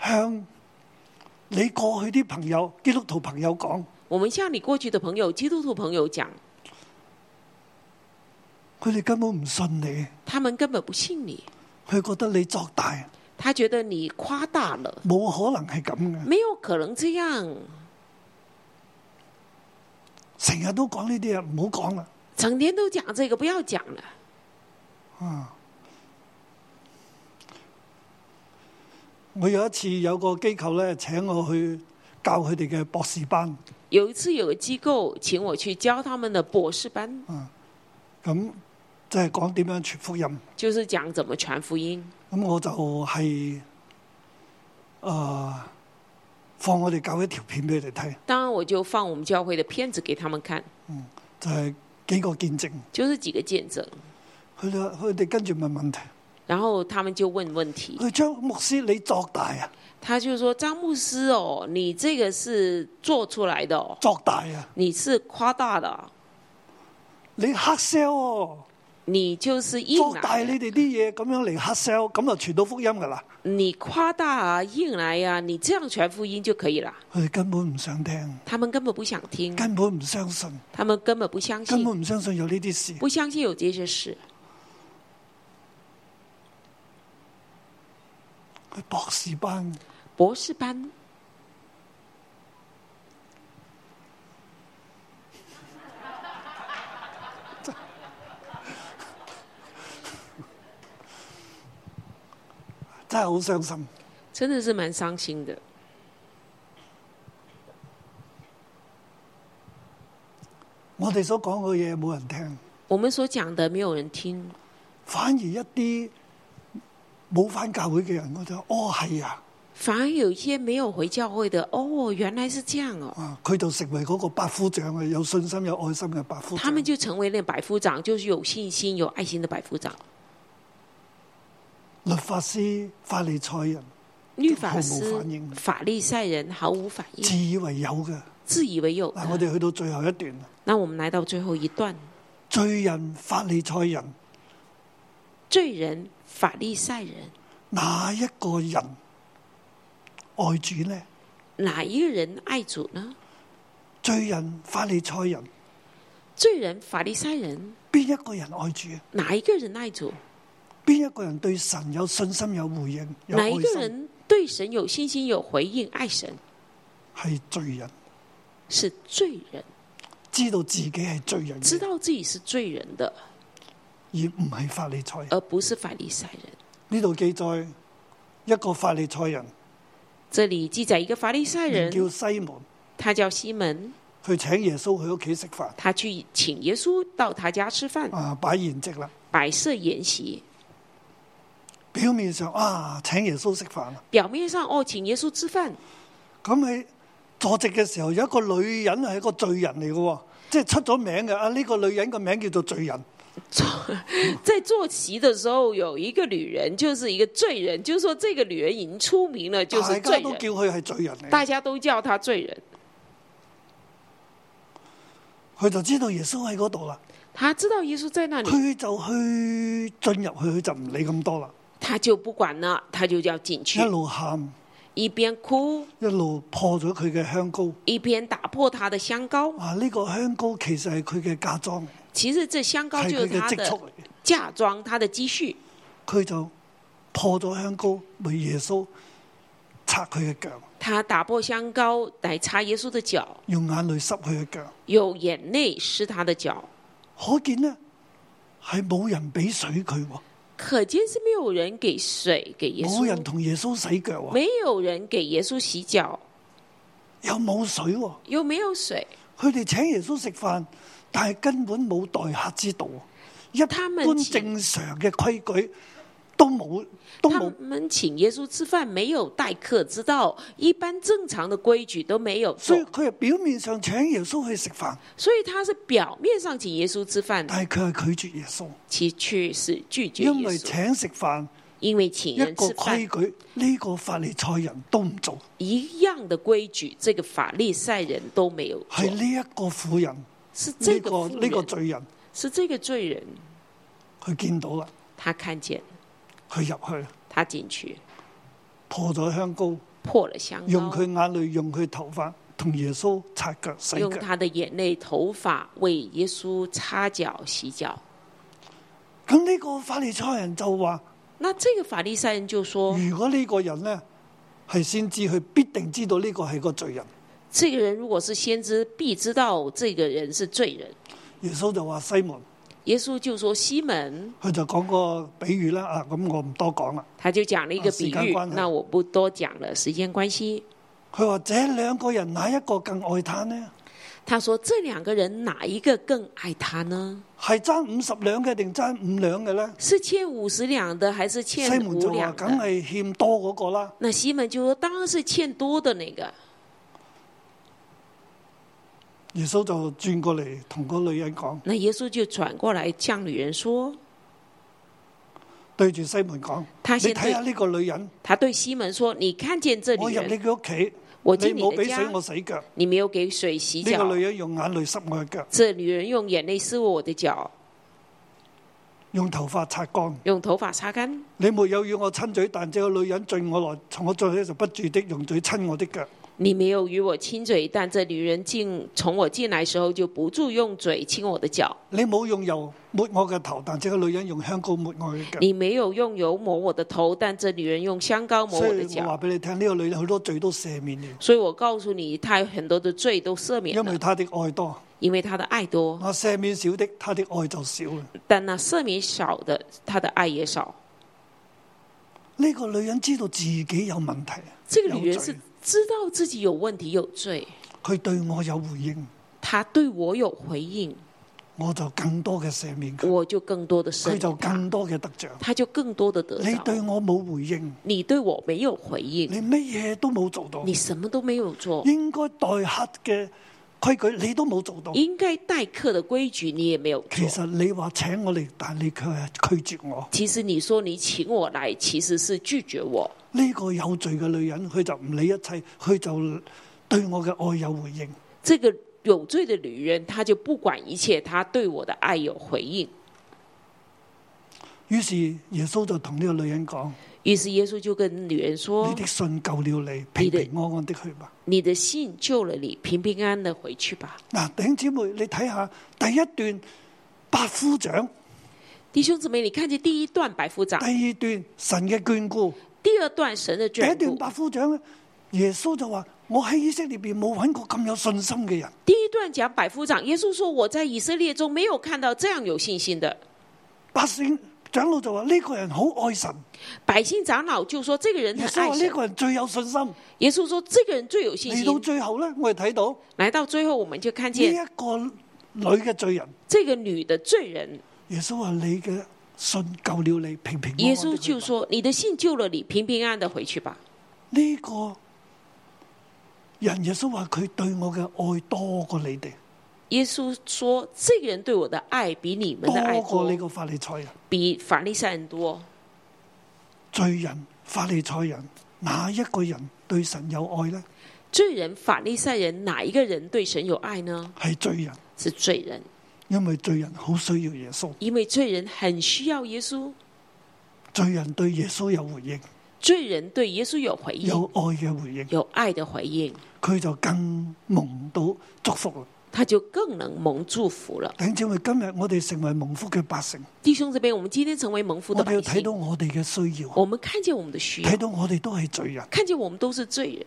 Speaker 2: 向你過去啲朋友、基督徒朋友講，
Speaker 3: 我们向你过去的朋友、基督徒朋友讲，
Speaker 2: 佢哋根本唔信你，
Speaker 3: 他们根本不信你，
Speaker 2: 佢覺得你作大，
Speaker 3: 他觉得你夸大了，
Speaker 2: 冇可能係咁嘅，
Speaker 3: 没有可能这样，
Speaker 2: 成日都講呢啲嘢，唔好講啦。
Speaker 3: 整天都讲这个，不要讲了。
Speaker 2: 我有一次有個機構咧請我去教佢哋嘅博士班，
Speaker 3: 有一次，有个机构请我去教他们的博士班，
Speaker 2: 咁即係講點樣傳福音。
Speaker 3: 就是讲怎么传福音。
Speaker 2: 咁我就係、誒、放我哋教一條片俾佢哋睇，
Speaker 3: 当然，我就放我们教会的片子给他们看，
Speaker 2: 就係、幾個見證。
Speaker 3: 就是几个见证，
Speaker 2: 佢哋佢哋跟住問問題，
Speaker 3: 然后他们就问问题。
Speaker 2: 佢將牧師你作大啊，
Speaker 3: 他就说：“张牧师哦，你这个是做出来的哦，
Speaker 2: 作大啊，
Speaker 3: 你是夸大的哦，
Speaker 2: 你黑 sell 喎、
Speaker 3: 你就是硬
Speaker 2: 放大
Speaker 3: 来，
Speaker 2: 你哋啲嘢咁樣嚟黑 sell，咁就傳到福音噶啦。
Speaker 3: 你夸大啊，硬来呀、你这样传福音就可以了。
Speaker 2: 佢哋根本唔想聽，
Speaker 3: 他们根本不想听，
Speaker 2: 根本唔相信，
Speaker 3: 他们根本不相
Speaker 2: 根
Speaker 3: 信，
Speaker 2: 本唔相信有呢啲事。
Speaker 3: 不相信有这些事，
Speaker 2: 佢博士班
Speaker 3: 博士班
Speaker 2: 真係好傷心。
Speaker 3: 真的是蛮伤心的。
Speaker 2: 我哋所講嘅嘢冇人聽，
Speaker 3: 我们所讲的没有人听，
Speaker 2: 反而一啲冇翻教會嘅人，我就哦係啊，
Speaker 3: 反而有一些没有回教会的，哦，原来是这样哦，
Speaker 2: 啊佢就成為嗰個百夫長啊嘅有信心有愛心嘅百夫
Speaker 3: 他
Speaker 2: 長。
Speaker 3: 们就成为那百夫长，就是有信心、有爱心的百夫长。
Speaker 2: 律法師、法利賽人
Speaker 3: 律法
Speaker 2: 毫
Speaker 3: 师
Speaker 2: 无反应、
Speaker 3: 法利赛人毫无反
Speaker 2: 自
Speaker 3: 应，
Speaker 2: 以為有嘅。
Speaker 3: 自以为有的。
Speaker 2: 嗱，我哋去到最後一段啦，
Speaker 3: 那我们来到最后一段，
Speaker 2: 罪人、法利賽人，
Speaker 3: 罪人法利赛人，
Speaker 2: 哪一個人愛主呢？
Speaker 3: 哪一个人爱主呢？
Speaker 2: 罪人、法利賽人，
Speaker 3: 罪人法利赛人，
Speaker 2: 邊一個人愛主？啊
Speaker 3: 哪一个人爱主？
Speaker 2: 邊一個人對神有信心、有回應、有
Speaker 3: 哪
Speaker 2: 愛
Speaker 3: 一个
Speaker 2: 心？
Speaker 3: 人对神有信心、有回应、爱神？
Speaker 2: 係罪人，
Speaker 3: 是罪人，
Speaker 2: 知道自己係罪人嘅，
Speaker 3: 知道自己是罪人的，
Speaker 2: 而唔係法利賽人。
Speaker 3: 而不是法利赛人。
Speaker 2: 呢度記載一個法利賽人，
Speaker 3: 这里记载一个法利赛
Speaker 2: 名
Speaker 3: 人，
Speaker 2: 叫西門，
Speaker 3: 他叫西门，
Speaker 2: 佢請耶穌去屋企食飯，
Speaker 3: 他去请耶稣到他家吃饭，
Speaker 2: 啊擺筵席啦。
Speaker 3: 摆设筵席。
Speaker 2: 表面上啊請耶穌食飯啦，
Speaker 3: 表面上哦，请耶稣吃饭，
Speaker 2: 咁喺坐席嘅時候有一個女人係一個罪人嚟嘅喎，即係出咗名嘅。啊呢、個女人個名叫做罪人，
Speaker 3: 在坐席的时候，有一个女人就是一个罪人，就是说这个女人已经出名了，就是
Speaker 2: 大家
Speaker 3: 罪
Speaker 2: 都
Speaker 3: 人，
Speaker 2: 叫佢係罪人嚟。
Speaker 3: 大家都叫她罪人。
Speaker 2: 佢就知道耶穌喺嗰度啦，
Speaker 3: 她知道耶稣在那里，
Speaker 2: 佢就去進入去，佢就唔理咁多啦，
Speaker 3: 她就不管了，她就要进去
Speaker 2: 一，路喊，
Speaker 3: 一边哭
Speaker 2: 一路破咗佢嘅香膏。
Speaker 3: 一边打破她的香膏。
Speaker 2: 啊！呢、個香膏其實係佢嘅嫁妝，
Speaker 3: 其实这香膏
Speaker 2: 係
Speaker 3: 就
Speaker 2: 佢
Speaker 3: 是
Speaker 2: 嘅
Speaker 3: 她
Speaker 2: 積蓄
Speaker 3: 的
Speaker 2: 嚟。
Speaker 3: 嫁妆，她的积蓄。
Speaker 2: 佢就破咗香膏，為耶穌擦佢嘅腳，
Speaker 3: 她打破香膏来擦耶稣的脚，
Speaker 2: 用眼淚濕佢嘅腳。
Speaker 3: 有眼泪湿她的脚，
Speaker 2: 可見呢，係冇人俾水佢喎，
Speaker 3: 可见是没有人给水给耶
Speaker 2: 冇
Speaker 3: 稣
Speaker 2: 人。同耶穌洗腳喎，
Speaker 3: 没有人给耶稣洗脚，
Speaker 2: 又冇水喎。
Speaker 3: 又没有水，
Speaker 2: 佢哋請耶穌食飯，但係根本冇待客之道，一
Speaker 3: 他
Speaker 2: 般
Speaker 3: 們請
Speaker 2: 正常嘅規矩都冇，都
Speaker 3: 他
Speaker 2: 冇。
Speaker 3: 们请耶稣吃饭没有待客之道，一般正常的规矩都没有
Speaker 2: 所
Speaker 3: 做
Speaker 2: 以，佢係表面上請耶穌去食飯，
Speaker 3: 所以他是表面上请耶稣吃饭，
Speaker 2: 但係佢係拒絕耶穌，
Speaker 3: 其却是拒绝耶
Speaker 2: 因為
Speaker 3: 稣，
Speaker 2: 請食飯
Speaker 3: 因为请
Speaker 2: 一
Speaker 3: 人
Speaker 2: 個
Speaker 3: 吃饭
Speaker 2: 規矩，呢、個法利賽人都唔做。
Speaker 3: 一样的规矩，这个法利赛人都没有
Speaker 2: 係
Speaker 3: 做，
Speaker 2: 呢一個婦人，呢、
Speaker 3: 是这个
Speaker 2: 個
Speaker 3: 妇
Speaker 2: 呢、
Speaker 3: 人
Speaker 2: 個罪人，
Speaker 3: 是这个罪人，
Speaker 2: 佢見到啦，
Speaker 3: 他看见了
Speaker 2: 佢入去
Speaker 3: 他进去
Speaker 2: 破咗香膏，
Speaker 3: 破了香
Speaker 2: 用佢
Speaker 3: 膏，
Speaker 2: 眼淚，用佢頭髮，同耶穌擦腳洗
Speaker 3: 用
Speaker 2: 腳。
Speaker 3: 他的眼泪、头发为耶稣擦脚、洗脚。
Speaker 2: 咁呢個法利賽人就話：
Speaker 3: 那这个法利赛人就说
Speaker 2: 如果呢個人呢係先知，佢必定知道呢個係個罪人。：“
Speaker 3: 这个人如果是先知，必知道这个人是罪人。
Speaker 2: 耶穌就話西門，”
Speaker 3: 耶稣就说：“西门，
Speaker 2: 佢就講個比喻啦。啊，咁我唔多講啦。
Speaker 3: 他就讲了一个比
Speaker 2: 啊时间
Speaker 3: 喻，
Speaker 2: 关系
Speaker 3: 那我不多讲了，时间关系。
Speaker 2: 佢話：這兩個人哪一個更愛他呢？
Speaker 3: 他说：这两个人哪一个更爱他呢？
Speaker 2: 係爭五十兩嘅定爭五兩嘅呢？
Speaker 3: 是欠五十两的，还是
Speaker 2: 西
Speaker 3: 欠
Speaker 2: 門
Speaker 3: 五
Speaker 2: 就話：
Speaker 3: 两
Speaker 2: 梗
Speaker 3: 的？”
Speaker 2: 係欠多嗰個啦。
Speaker 3: 那西门就说：“当然是欠多的那个。
Speaker 2: 耶穌就轉過嚟同個女人講，”
Speaker 3: 那耶稣就转过来向女人说
Speaker 2: 對住西門講：
Speaker 3: 他
Speaker 2: 你
Speaker 3: 先
Speaker 2: 睇下呢個女人，：“
Speaker 3: 他对西门说，你看见这
Speaker 2: 我
Speaker 3: 女
Speaker 2: 入你
Speaker 3: 人，
Speaker 2: 嘅屋企，
Speaker 3: 我
Speaker 2: 你
Speaker 3: 进
Speaker 2: 冇
Speaker 3: 你的
Speaker 2: 俾
Speaker 3: 家啊
Speaker 2: 水，我洗腳。呢、
Speaker 3: 你没有给水洗
Speaker 2: 個
Speaker 3: 脚。”
Speaker 2: 女人用眼淚濕我嘅腳。
Speaker 3: 这女人用眼泪湿我的脚，
Speaker 2: 用頭髮擦乾。
Speaker 3: 用頭髮擦乾。
Speaker 2: 你沒有與我親嘴，但這個女人進我來，從我進來就不住的用嘴親我的腳。
Speaker 3: 你沒有與我親嘴，但這女人進從我進來時候就不住用嘴親我的腳。
Speaker 2: 你冇用油抹我嘅頭，但這個女人用香膏抹我嘅 腳。
Speaker 3: 你沒有用油抹我的頭，但這女人用香膏抹我
Speaker 2: 所
Speaker 3: 的
Speaker 2: 以我話
Speaker 3: 腳。
Speaker 2: 俾你聽，呢、個女人好多罪都赦免了，
Speaker 3: 所以我告訴你，她有很多的罪都赦免
Speaker 2: 因為哦
Speaker 3: 了，
Speaker 2: 她的愛多。
Speaker 3: 因為她的愛多。
Speaker 2: 我赦免少的，她的愛就少啦。
Speaker 3: 但那赦免少的，她的愛也少。
Speaker 2: 呢、個女人知道自己有問題，
Speaker 3: 這個女人
Speaker 2: 有罪
Speaker 3: 是知道自己有問題有罪，
Speaker 2: 佢對我有回應，
Speaker 3: 她對我有回應，
Speaker 2: 我就更多嘅赦免佢，
Speaker 3: 我就更多的赦
Speaker 2: 佢
Speaker 3: 免
Speaker 2: 就
Speaker 3: 她，
Speaker 2: 更多嘅得着。
Speaker 3: 她就更多的得
Speaker 2: 你對
Speaker 3: 着。
Speaker 2: 我冇回應，
Speaker 3: 你對我沒有回應，
Speaker 2: 你乜嘢都冇做到，
Speaker 3: 你什麼都沒有做，
Speaker 2: 應該待客嘅規矩你都冇做到。
Speaker 3: 應該待客的規矩你也沒有做
Speaker 2: 其。實你話請我嚟，但你卻係拒絕我。
Speaker 3: 其實你說你請我來，其實是拒絕我。
Speaker 2: 呢、個有罪嘅女人，佢就唔理一切，佢就對我嘅愛有回應。
Speaker 3: 這個有罪的女人，她就不管一切，她對我的愛有回應。
Speaker 2: 於是耶穌就同呢個女人講：
Speaker 3: 於是耶穌就跟女人
Speaker 2: 你
Speaker 3: 說
Speaker 2: 的信救了你，平
Speaker 3: 的
Speaker 2: 平安安的去吧。：“
Speaker 3: 你的信救了你，平平安安的回去吧。
Speaker 2: 嗱，弟兄姊妹，你睇下第一段百夫長，”
Speaker 3: 弟兄姊妹，你看見第一段百夫長，
Speaker 2: 第二段神嘅眷顧，
Speaker 3: 第二段神的
Speaker 2: 第
Speaker 3: 眷
Speaker 2: 一段百
Speaker 3: 顧。
Speaker 2: 夫長咧，耶穌就話：我喺以色列邊冇揾過咁有信心嘅人。
Speaker 3: 第一段講百夫長，耶穌說：“我在以色列中沒有看到這樣有信心的。
Speaker 2: 百姓長老就話：呢、個人好愛神。”
Speaker 3: 百姓長老就說：“這個人
Speaker 2: 耶
Speaker 3: 很
Speaker 2: 穌
Speaker 3: 愛
Speaker 2: 話：呢
Speaker 3: 神。
Speaker 2: 個人最有信心。”
Speaker 3: 耶穌說：“這個人最有信
Speaker 2: 嚟到
Speaker 3: 心。
Speaker 2: 最後呢，我哋睇到呢”
Speaker 3: 來到最後，我們就看見
Speaker 2: 一個女嘅罪人，
Speaker 3: 這個女的罪人
Speaker 2: 耶穌話：你嘅信救了你，平平安安地去吧。
Speaker 3: 耶穌就说：“你的信救了你，平平安安的回去吧。
Speaker 2: 呢、個人，耶穌話佢對我嘅愛多過你哋，”
Speaker 3: 耶穌说：“这个人对我的爱比你们的爱
Speaker 2: 多過呢個
Speaker 3: 多，
Speaker 2: 法利賽人。
Speaker 3: 比法利赛人多。
Speaker 2: 罪人、法利賽人，哪一個人對神有愛呢？
Speaker 3: 罪人、法利赛人哪一个人对神有爱呢？
Speaker 2: 係罪人，
Speaker 3: 是罪人，
Speaker 2: 因為罪人好需要耶穌，
Speaker 3: 因为罪人很需要耶稣，
Speaker 2: 罪人對耶穌有回應，
Speaker 3: 罪人对耶稣有回
Speaker 2: 有
Speaker 3: 应，
Speaker 2: 愛嘅回應，
Speaker 3: 有爱的回应，
Speaker 2: 佢就更蒙到祝福啦。
Speaker 3: 他就更能蒙祝福了。
Speaker 2: 弟兄姊妹，今日我哋成為蒙福嘅百姓，
Speaker 3: 弟兄这边，我们今天成为蒙福的
Speaker 2: 我哋
Speaker 3: 百
Speaker 2: 要睇到
Speaker 3: 姓，
Speaker 2: 我哋嘅需要，
Speaker 3: 我们看见我们的需要
Speaker 2: 睇，到我哋都係罪人，
Speaker 3: 看见我们都是罪人，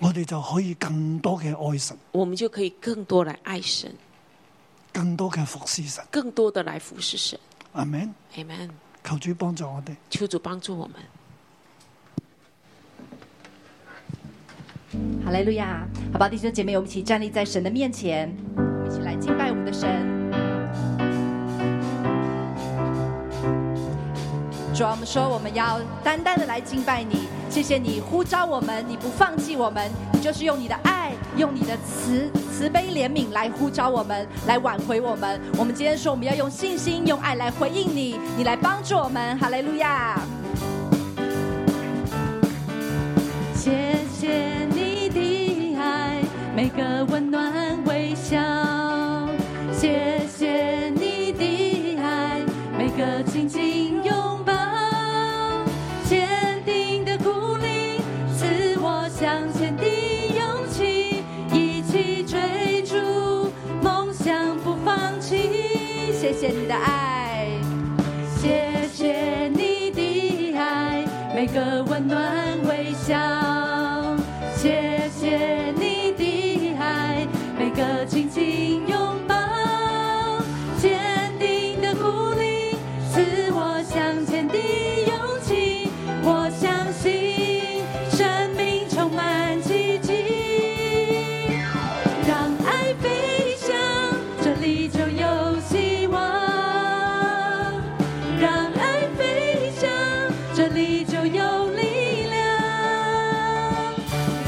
Speaker 2: 我哋就可以更多嘅愛神，
Speaker 3: 我们就可以更多来爱神，
Speaker 2: 更多嘅服侍神。
Speaker 3: 更多的来服侍神。
Speaker 2: 阿 man，
Speaker 3: Amen。
Speaker 2: 求主幫助我哋。
Speaker 3: 求主帮助我们。
Speaker 4: 哈利路亚！好吧，弟兄姐妹，我们一起站立在神的面前，我们一起来敬拜我们的神。主啊，我们说我们要单单的来敬拜你，谢谢你呼召我们，你不放弃我们，你就是用你的爱，用你的慈慈悲怜悯来呼召我们，来挽回我们。我们今天说我们要用信心、用爱来回应你，你来帮助我们。哈利路亚！谢谢你的爱，每个温暖微笑。谢谢你的爱，每个紧紧拥抱。坚定的鼓励，自我向前的勇气，一起追逐梦想，不放弃。谢谢你的爱。谢谢你的爱，每个温暖微笑。谢谢你的爱，每个紧紧拥抱。坚定的鼓励，是我向前的勇气。我相信生命充满奇迹。让爱飞翔，这里就有希望。让爱飞翔，这里就有力量。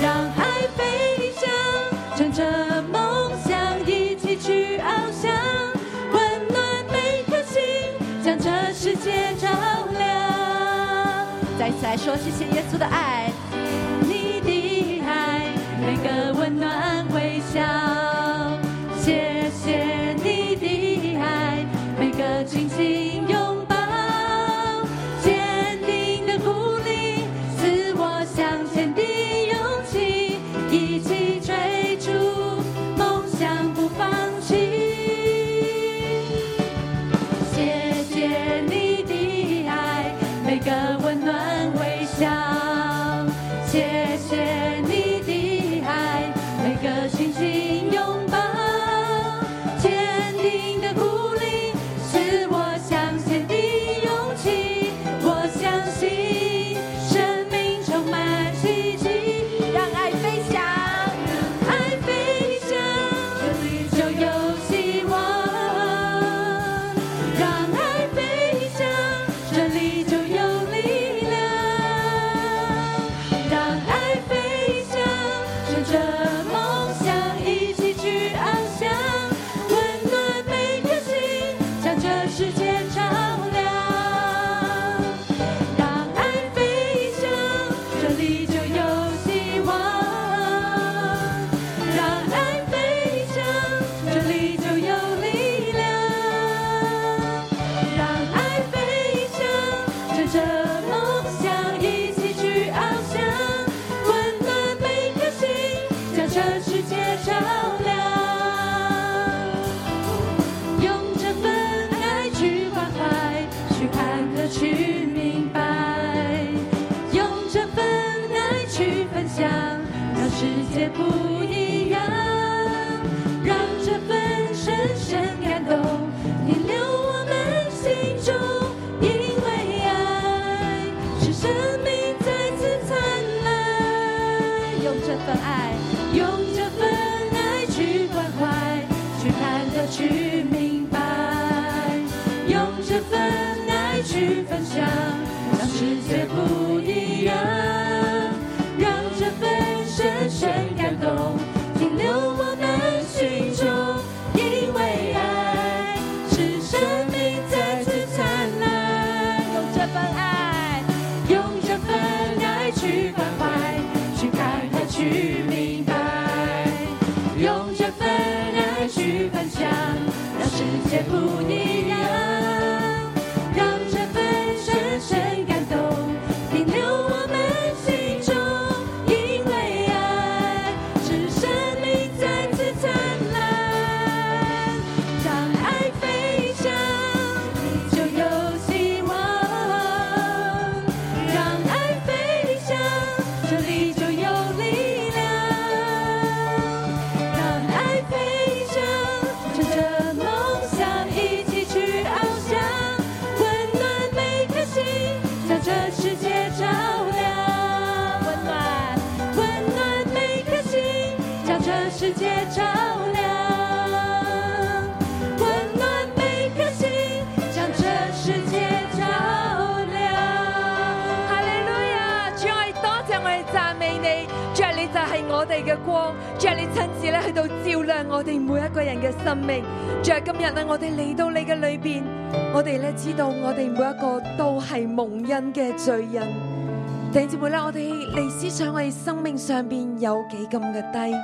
Speaker 4: 让爱飞翔，乘着梦想一起去翱翔，温暖每颗心，将这世界照亮。再次来说，谢谢耶稣的爱。你的爱，每个温暖微笑。谢谢你的爱，每个紧紧
Speaker 5: 界照亮。用这份爱去关怀，去坎坷，去明白。用这份爱去分享，让世界不一样。让这份深深感动停留我们心中，因为爱使生命再次灿烂。用这份爱，用这份爱去关怀，去看得去明白，用这份爱去分享，让世界不一样，让这份深深感动停留我们心中，因为爱使生命再次灿烂。用这份爱，用这份爱去关怀，去看它，去明白，用这份爱去分享，让世界不一样。让这份深深感动停留我们心中，因为爱使生命再次灿烂。当爱飞翔，你就有希望；让爱飞翔，这里就有力量。让爱飞翔，乘着梦想一起去翱翔，温暖每颗心，向这世界照亮。温暖，温暖每颗心，向这世界照亮。温暖每颗心，向这世界照亮。
Speaker 6: 哈利路亚！主我哋多謝我哋讚美你，主啊你就係我哋嘅光，主啊你親自咧去到照亮我哋每一個人嘅生命。主啊今日咧我哋嚟到你嘅裏邊，我哋咧知道我哋每一個都係蒙恩嘅罪人。弟兄姊妹啦，我哋嚟思想我哋生命上邊有幾咁嘅低。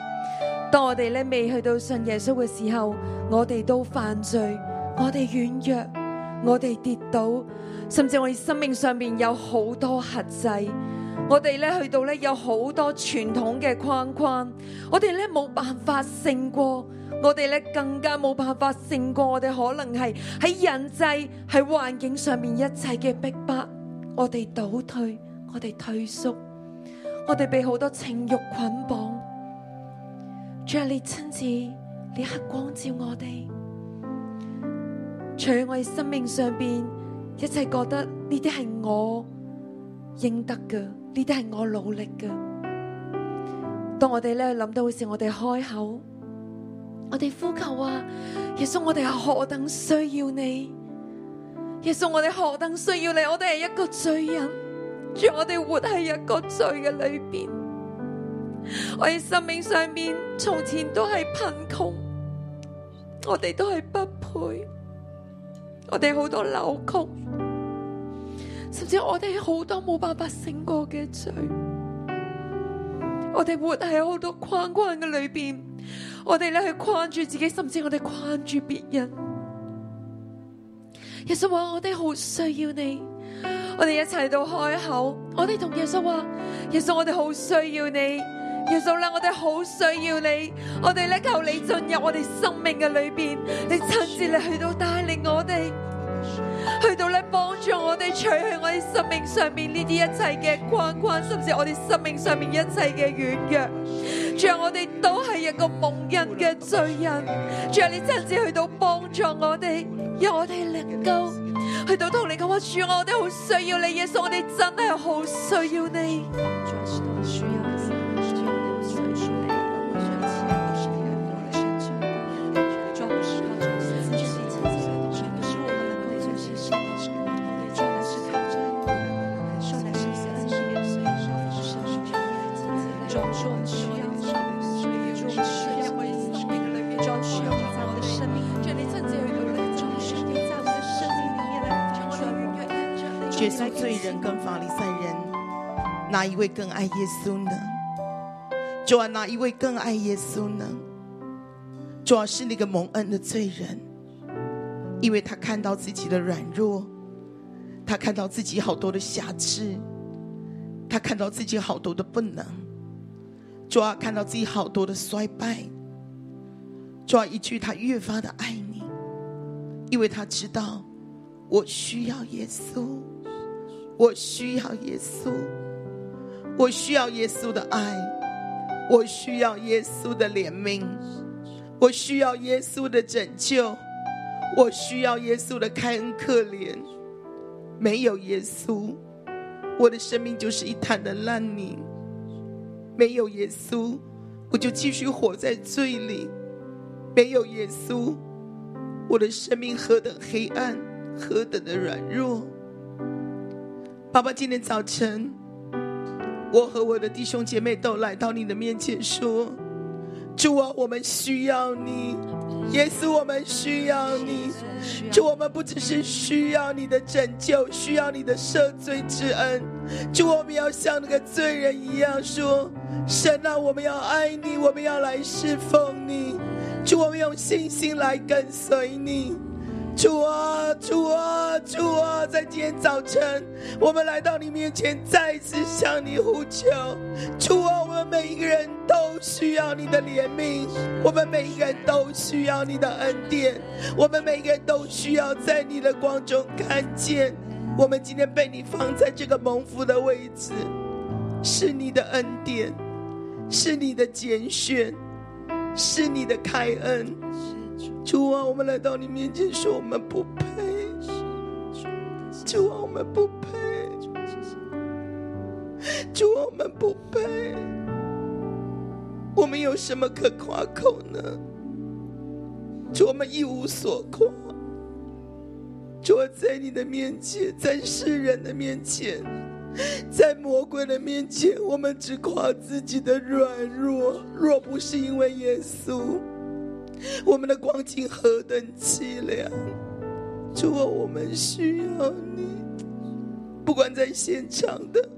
Speaker 6: 當我哋咧未去到信耶穌嘅時候，我哋都犯罪，我哋軟弱。我哋跌倒，甚至我哋生命上面有好多核制。我哋咧去到咧有好多傳統嘅框框，我哋咧冇辦法勝過，我哋咧更加冇辦法勝過我哋可能係喺人際、喺環境上面一切嘅逼迫，我哋倒退，我哋退縮，我哋被好多情慾捆綁。主啊，你親自你黑光照我哋。除我哋生命上边一切覺得呢啲係我應得嘅，呢啲係我努力嘅。當我哋咧諗到嘅時候，我哋開口，我哋呼求啊，耶穌，我哋係何等需要你，耶穌，我哋何等需要你，我哋係一個罪人，主，我哋活喺一個罪嘅裏邊，我哋生命上面從前都係貧窮，我哋都係不配。我哋好多扭曲，甚至我哋好多冇辦法勝過嘅罪，我哋活喺好多框框嘅裏邊，我哋咧去框住自己，甚至我哋框住別人。耶穌話：我哋好需要你，我哋一齊到開口，我哋同耶穌話：耶穌，我哋好需要你。耶穌啦，我哋好需要你，我哋咧求你進入我哋生命嘅裏邊，你親自嚟去到帶領我哋，去到咧幫助我哋除去我哋生命上面呢啲一切嘅框框，甚至我哋生命上面一切嘅軟弱。主啊，我哋都係一個蒙恩嘅罪人，主啊，你親自去到幫助我哋，讓我哋能夠去到同你講話，主啊，我哋好需要你，耶穌，我哋真係好需要你。
Speaker 7: 耶稣罪人跟法利赛人，哪一位更爱耶稣呢？主啊，哪一位更爱耶稣呢？主啊，是那个蒙恩的罪人，因为他看到自己的软弱，他看到自己好多的瑕疵，他看到自己好多的不能。主啊，看到自己好多的衰败，主啊，一句他越发的爱你，因为他知道我需要耶稣，我需要耶稣，我需要耶稣的爱，我需要耶稣的怜悯，我需要耶稣的拯救，我需要耶稣的开恩可怜。没有耶稣，我的生命就是一滩的烂泥。没有耶稣，我就继续活在罪里；没有耶稣，我的生命何等黑暗，何等的软弱。爸爸，今天早晨，我和我的弟兄姐妹都来到你的面前，说：“主啊，我们需要你，耶稣，我们需要你。主，我们不只是需要你的拯救，需要你的赦罪之恩。”主，我们要像那个罪人一样说：“神啊，我们要爱你，我们要来侍奉你。主，我们用信心来跟随你。”主啊，主啊，主啊！在今天早晨，我们来到你面前，再一次向你呼求。主啊，我们每一个人都需要你的怜悯，我们每一个人都需要你的恩典，我们每一个人都需要在你的光中看见。我们今天被你放在这个蒙福的位置，是你的恩典，是你的拣选，是你的开恩。主啊，我们来到你面前说我们不配，主啊，我们不配，主啊，我们不配，我们有什么可夸口呢？主，我们一无所夸。主啊，在你的面前，在世人的面前，在魔鬼的面前，我们只夸自己的软弱，若不是因为耶稣。我们的光景何等凄凉！主啊，我们需要你，不管在现场的，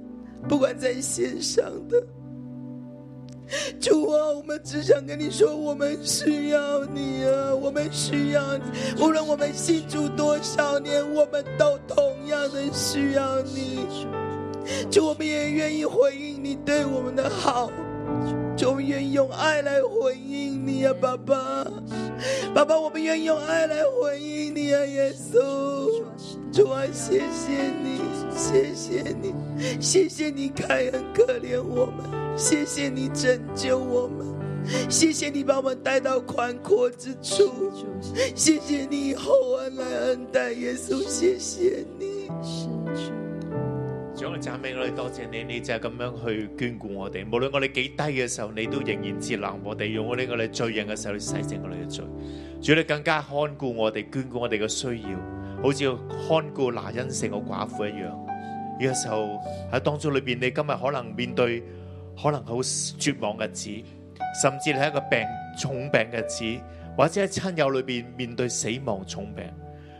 Speaker 7: 不管在线上的。主啊，我们只想跟你说，我们需要你啊，我们需要你。无论我们信主多少年，我们都同样的需要你。主，我们也愿意回应你对我们的好。主，我们愿意用爱来回应你啊，爸爸，爸爸，我们愿意用爱来回应你啊，耶稣。主啊，谢谢你，谢谢你，谢谢你开恩可怜我们，谢谢你拯救我们，谢谢你把我们带到宽阔之处，谢谢你以厚恩来恩待耶稣，谢谢你。
Speaker 8: 主我哋赞美我哋，多謝你，你就係咁樣去眷顧我哋。無論我哋幾低嘅時候，你都仍然接納我哋，用我哋我哋罪人嘅時候，你洗淨我哋嘅罪。主啊你更加看顧我哋，眷顧我哋嘅需要，好似看顧拿因城個寡婦一樣。呢個時候喺當中裏邊，你今日可能面對可能好絕望嘅日子，甚至係一個病重病嘅日子，或者喺親友裏邊面對死亡重病。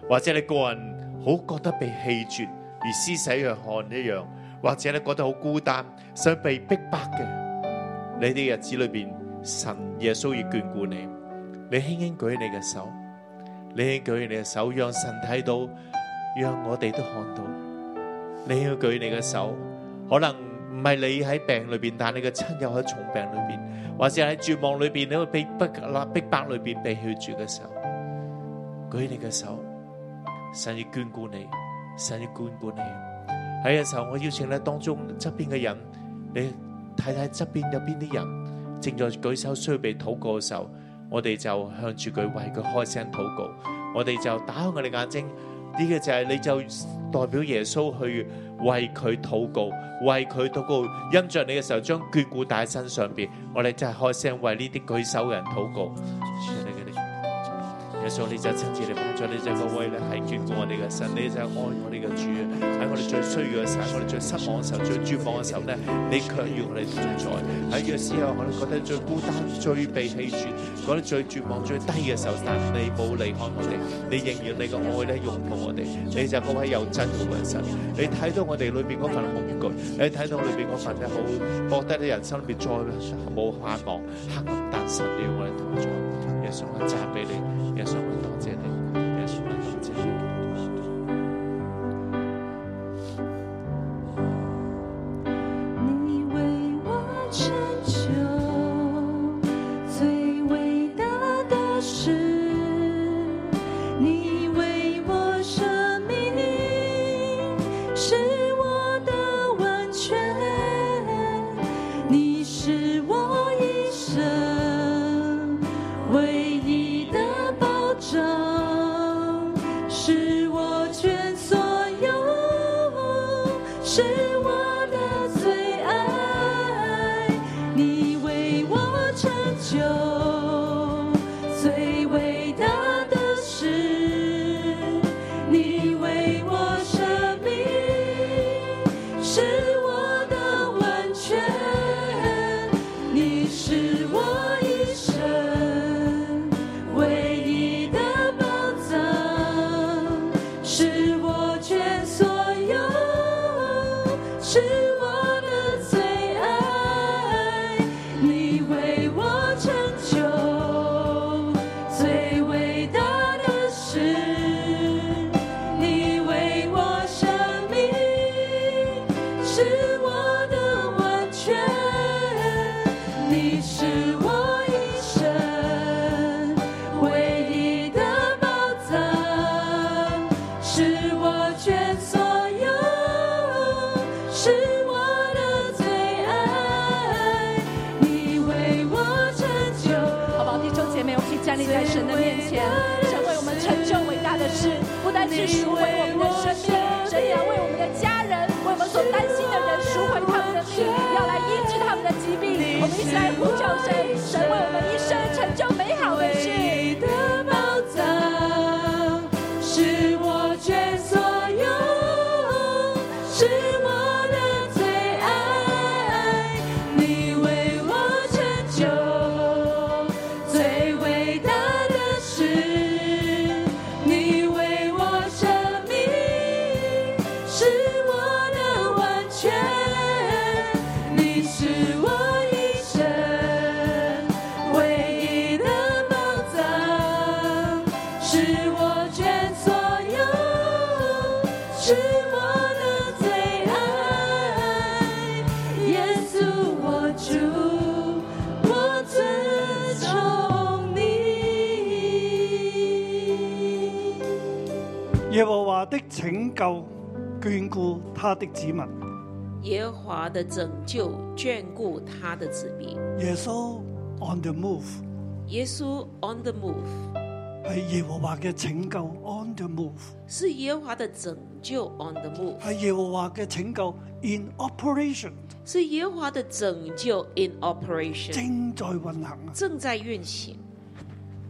Speaker 8: 或者你個人好覺得被棄絕，如施洗約翰一樣，或者你覺得好孤單，想被逼迫嘅，你啲日子裏邊，神耶穌要眷顧你，你輕輕舉你嘅手，你輕輕舉你嘅手，讓神睇到，讓我哋都看到，你要舉你嘅手，可能唔係你喺病裏邊，但你嘅親友喺重病裏邊，或者喺絕望裏邊，你會被逼啦逼迫裏邊被棄絕嘅時候，舉你嘅手。神要眷顧你，神要眷顧你。喺嘅時候，我邀請咧當中側邊嘅人，你睇睇側邊有邊啲人正在舉手需要被禱告嘅時候，我哋就向住佢為佢開聲禱告，我哋就打開我哋眼睛。呢個就係你就代表耶穌去為佢禱告，為佢禱告，因着你嘅時候將眷顧帶喺身上邊。我哋真係開聲為呢啲舉手嘅人禱告。耶穌，你就親自嚟幫助，你就個位咧係眷顧我哋嘅神，你就係愛我哋嘅主，喺我哋最需要嘅時候，我哋最失望嘅時候，最絕望嘅時候咧，你卻與我哋同在。喺呢個時候，我哋覺得最孤單、最被棄絕、覺得最絕望、最低嘅時候，但你冇離開我哋，你仍然你嘅愛咧擁抱我哋，你就係嗰位又真嘅神。你睇到我哋裏邊嗰份恐懼，你睇到裏邊嗰份咧好覺得你人生裏邊再冇盼望、黑暗，但神你與我哋同在。耶穌，我讚俾你。耶穌，我多謝你，耶穌，我多謝你。
Speaker 5: 你为我成就。唯一的保障，是我全所有，是我的最爱，你为我成就最伟大的事，你为我生命是我的完全。你是我一生唯一的宝藏，是我全所有，是我的最爱。你为我成就最伟大的事，你为我生命是我的完全。你是我一生唯一的宝藏，是我全所有，是我的最爱。你为我成就，
Speaker 4: 好不好？弟兄姐妹，我们一起站立在神的面前，神为我们成就伟大的事，不单是赎回我们的生命，神也要为我们的家人，为我们所担心的人赎回他们的命，要来医治他们的疾病。我们一起来呼叫神，神为我们一生成就美好的事。
Speaker 5: 唯一的宝藏，是我全所有，是我的最爱。你为我成就最伟大的事，你为我生命是我的完全，你是我一生唯一的宝藏，是我全所有，是我的最爱，耶稣我主，我尊崇你。
Speaker 2: 耶和華的拯救眷顧他的子民。
Speaker 3: 耶和华的拯救眷顾他的子民。
Speaker 2: 耶穌 on the move
Speaker 3: 耶稣 on the move，
Speaker 2: 係耶和華嘅拯救 on the move
Speaker 3: 是耶和华的拯救 on the move，
Speaker 2: 係啊耶和華嘅拯救 in operation
Speaker 3: 是耶和华的拯救 in operation，
Speaker 2: 正在運行啊！
Speaker 3: 正在运行。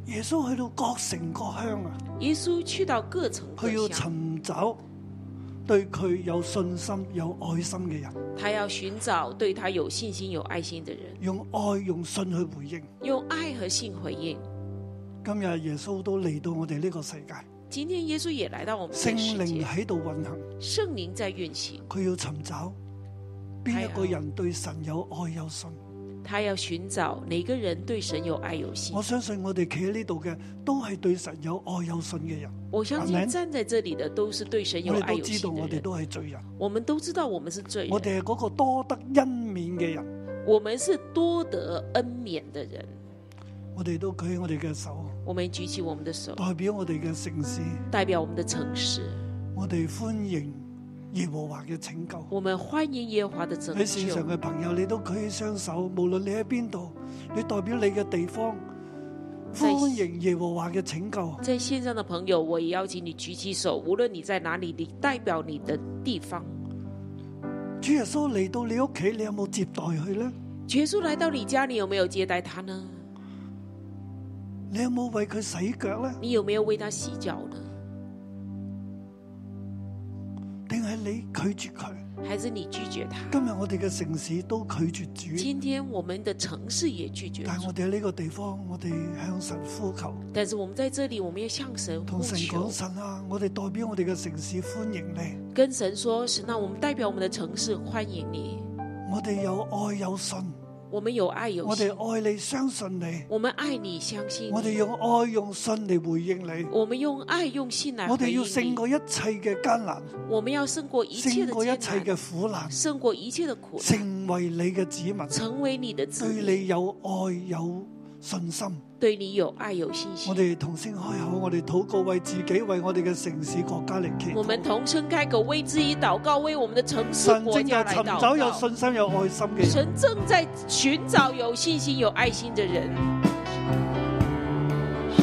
Speaker 2: 耶穌去到各城各鄉啊，
Speaker 3: 耶稣去到各城各
Speaker 2: 佢要
Speaker 3: 乡，
Speaker 2: 尋找對佢有信心、有愛心嘅人，
Speaker 3: 他要寻找对他有信心、有爱心的人，
Speaker 2: 用愛、用信去回應。
Speaker 3: 用爱和信回应。
Speaker 2: 今日耶穌都嚟到我哋呢個世界，
Speaker 3: 今天耶稣也来到我们
Speaker 2: 聖
Speaker 3: 的世
Speaker 2: 靈
Speaker 3: 界，
Speaker 2: 喺度運行。
Speaker 3: 圣灵在运行，
Speaker 2: 佢要尋找邊一個
Speaker 3: 係啊
Speaker 2: 人對神有愛有信。
Speaker 3: 他要寻找哪个人对神有爱有信
Speaker 2: 我。相信我哋企喺呢度嘅都係對神有愛有信嘅人。
Speaker 3: 我相
Speaker 2: 阿门
Speaker 3: 信站在这里的都是对神有
Speaker 2: 我哋
Speaker 3: 爱
Speaker 2: 都
Speaker 3: 有
Speaker 2: 知道，
Speaker 3: 信的
Speaker 2: 我哋
Speaker 3: 人。
Speaker 2: 都係罪人，
Speaker 3: 我们都知道我们是罪
Speaker 2: 我哋
Speaker 3: 人，
Speaker 2: 係嗰個多得恩免嘅人。
Speaker 3: 我们是多得恩免的人。
Speaker 2: 我哋都舉起我哋嘅手，
Speaker 3: 我们举起我们的手，
Speaker 2: 代表我哋嘅城市，
Speaker 3: 代表我们的城市。
Speaker 2: 我哋歡迎耶和華嘅拯救。
Speaker 3: 我们欢迎耶和华的拯
Speaker 2: 喺線上
Speaker 3: 救。
Speaker 2: 嘅朋友，你都舉起雙手，無論你喺邊度，你代表你嘅地方，
Speaker 3: 在
Speaker 2: 歡迎耶和華嘅拯救。
Speaker 3: 在线上的朋友，我也邀请你举起手，无论你在哪里，你代表你的地方。
Speaker 2: 主耶穌嚟到你屋企，你有冇接待佢呢？
Speaker 3: 耶稣来到你家，你有没有接待他呢？
Speaker 2: 你有冇為佢洗腳呢？
Speaker 3: 你有没有为他洗脚呢？
Speaker 2: 定係你拒絕佢？
Speaker 3: 还是你拒绝他？
Speaker 2: 今日我哋嘅城市都拒絕主，
Speaker 3: 今天我们的城市也拒绝
Speaker 2: 但係我
Speaker 3: 主，
Speaker 2: 哋喺呢個地方，我哋向神呼求，
Speaker 3: 但是我们在这里，我们要向神
Speaker 2: 同
Speaker 3: 呼
Speaker 2: 神
Speaker 3: 求
Speaker 2: 講：，神啊，我哋代表我哋嘅城市歡迎你，
Speaker 3: 跟神说：神啊，我们代表我们的城市欢迎你。
Speaker 2: 我哋有愛有信，
Speaker 3: 我们有爱有
Speaker 2: 我
Speaker 3: 信，
Speaker 2: 哋愛你相信你，
Speaker 3: 我们爱你，相信
Speaker 2: 我哋
Speaker 3: 你，
Speaker 2: 用愛用信嚟回應你，
Speaker 3: 我们用爱用信来
Speaker 2: 我哋
Speaker 3: 回
Speaker 2: 要
Speaker 3: 应
Speaker 2: 勝
Speaker 3: 你。
Speaker 2: 過一切嘅艱難，
Speaker 3: 我们要胜过一切
Speaker 2: 勝
Speaker 3: 的
Speaker 2: 過一切
Speaker 3: 艰难，
Speaker 2: 嘅苦難，
Speaker 3: 胜过一切的苦难，
Speaker 2: 成為你嘅子民，
Speaker 3: 成为你的子
Speaker 2: 對
Speaker 3: 民，
Speaker 2: 你有愛有信心。
Speaker 3: 对你有爱有信
Speaker 2: 我
Speaker 3: 心。
Speaker 2: 哋同聲開口，我哋禱告，為自己、為我哋嘅城市、國家嚟祈
Speaker 3: 我们
Speaker 2: 禱。
Speaker 3: 同声开口，为自己祷告，为我们的城市、
Speaker 2: 神
Speaker 3: 国
Speaker 2: 正
Speaker 3: 家
Speaker 2: 在
Speaker 3: 来
Speaker 2: 尋
Speaker 3: 祷
Speaker 2: 找有
Speaker 3: 告。
Speaker 2: 信心、有愛心嘅人。
Speaker 3: 神正在寻找有信心、有爱心的人。
Speaker 5: 耶稣，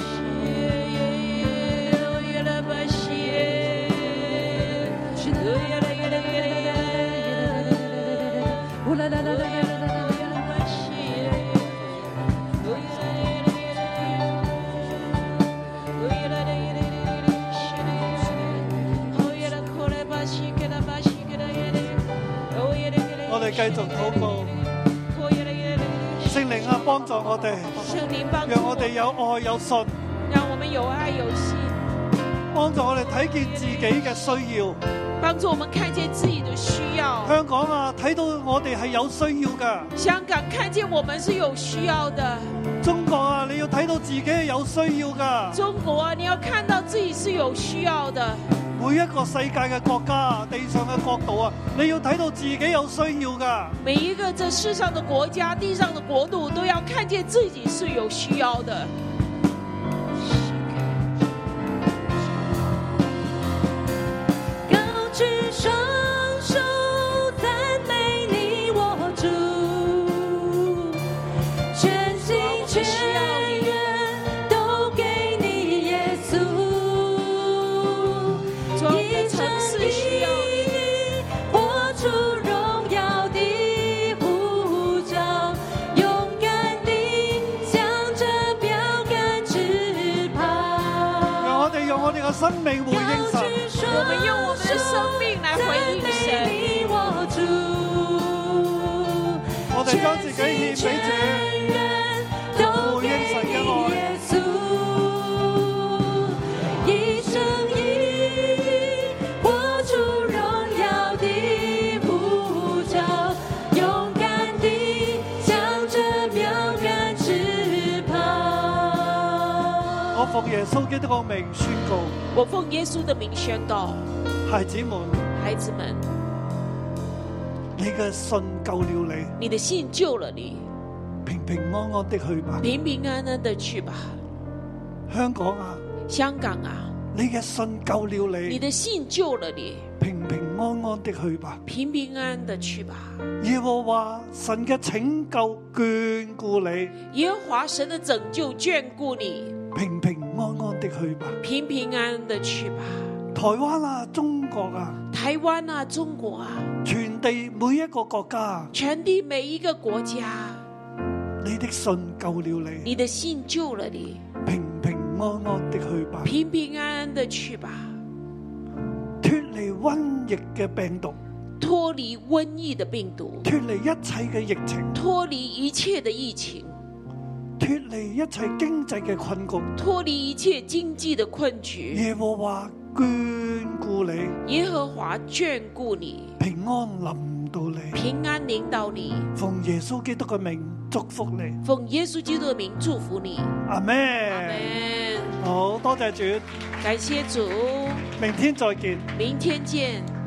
Speaker 2: 哋繼續禱告，
Speaker 3: 我越来越
Speaker 2: 聖靈啊，幫助我哋，
Speaker 3: 圣灵帮助
Speaker 2: 讓我哋有愛有信，
Speaker 3: 让我们有爱有信，
Speaker 2: 幫助我哋睇見自己嘅需要。
Speaker 3: 帮助我们看见自己的需要。
Speaker 2: 香港啊，睇到我哋係有需要噶。
Speaker 3: 香港看见我们是有需要的，
Speaker 2: 中國啊，你要睇到自己係有需要噶。
Speaker 3: 中国啊你要看到自己是有需要的，
Speaker 2: 每一個世界嘅國家啊，地上嘅國度啊，你要睇到自己有需要噶。
Speaker 3: 每一个这世上的国家、地上的国度都要看见自己是有需要的。
Speaker 5: 高举双手赞美你，我主，全心全人都给你耶稣，
Speaker 3: 主啊我们
Speaker 5: 一
Speaker 3: 的城
Speaker 5: 生
Speaker 3: 市
Speaker 5: 一
Speaker 3: 需要你
Speaker 5: 意活出荣耀的护照，勇敢地向着标杆直跑
Speaker 2: 讓。我哋用我哋嘅生命回應神。
Speaker 5: 我们用我们的生命来回应神。我哋将自己献俾主，回应神嘅爱。一生一活出荣耀的护照，勇敢地向着标杆直跑。
Speaker 2: 我奉耶穌基督嘅名宣告，
Speaker 3: 我奉耶稣的名宣告，
Speaker 2: 孩子們，
Speaker 3: 孩子们，
Speaker 2: 你嘅信救了你，
Speaker 3: 你的信救了你，
Speaker 2: 平平安安的去吧。
Speaker 3: 平平安安的去吧。
Speaker 2: 香港啊，
Speaker 3: 香港啊，
Speaker 2: 你嘅信救了
Speaker 3: 你
Speaker 2: 你，
Speaker 3: 的信救了你，
Speaker 2: 平平安安的去吧。
Speaker 3: 平平安安的去吧。
Speaker 2: 耶和華神嘅拯救眷顧你，
Speaker 3: 耶和华神的拯救眷顾你，
Speaker 2: 平平安安的去吧。
Speaker 3: 平平安安的去吧。
Speaker 2: 台灣啊，中國啊，
Speaker 3: 台湾啊，中国啊，
Speaker 2: 全地每一個國家啊，
Speaker 3: 全地每一个国家，
Speaker 2: 你的信救了你，
Speaker 3: 你的信救了你，
Speaker 2: 平平安安的去吧。
Speaker 3: 平平安安的去吧，
Speaker 2: 脱離瘟疫嘅病毒，
Speaker 3: 脱离瘟疫的病毒，
Speaker 2: 脱離一切嘅疫情，
Speaker 3: 脱离一切的疫情，
Speaker 2: 脱離一切經濟嘅困局。
Speaker 3: 脱离一切经济的困局。
Speaker 2: 耶和華眷顧你，
Speaker 3: 耶和华眷顾你，
Speaker 2: 平安臨到你。
Speaker 3: 平安领导你，
Speaker 2: 奉耶穌基督嘅名祝福你，
Speaker 3: 奉耶稣基督的名祝福你。
Speaker 2: 阿
Speaker 3: 阿
Speaker 2: 咩？
Speaker 3: 门。
Speaker 2: 好多謝主，
Speaker 3: 感谢主，
Speaker 2: 明天再見。
Speaker 3: 明天见。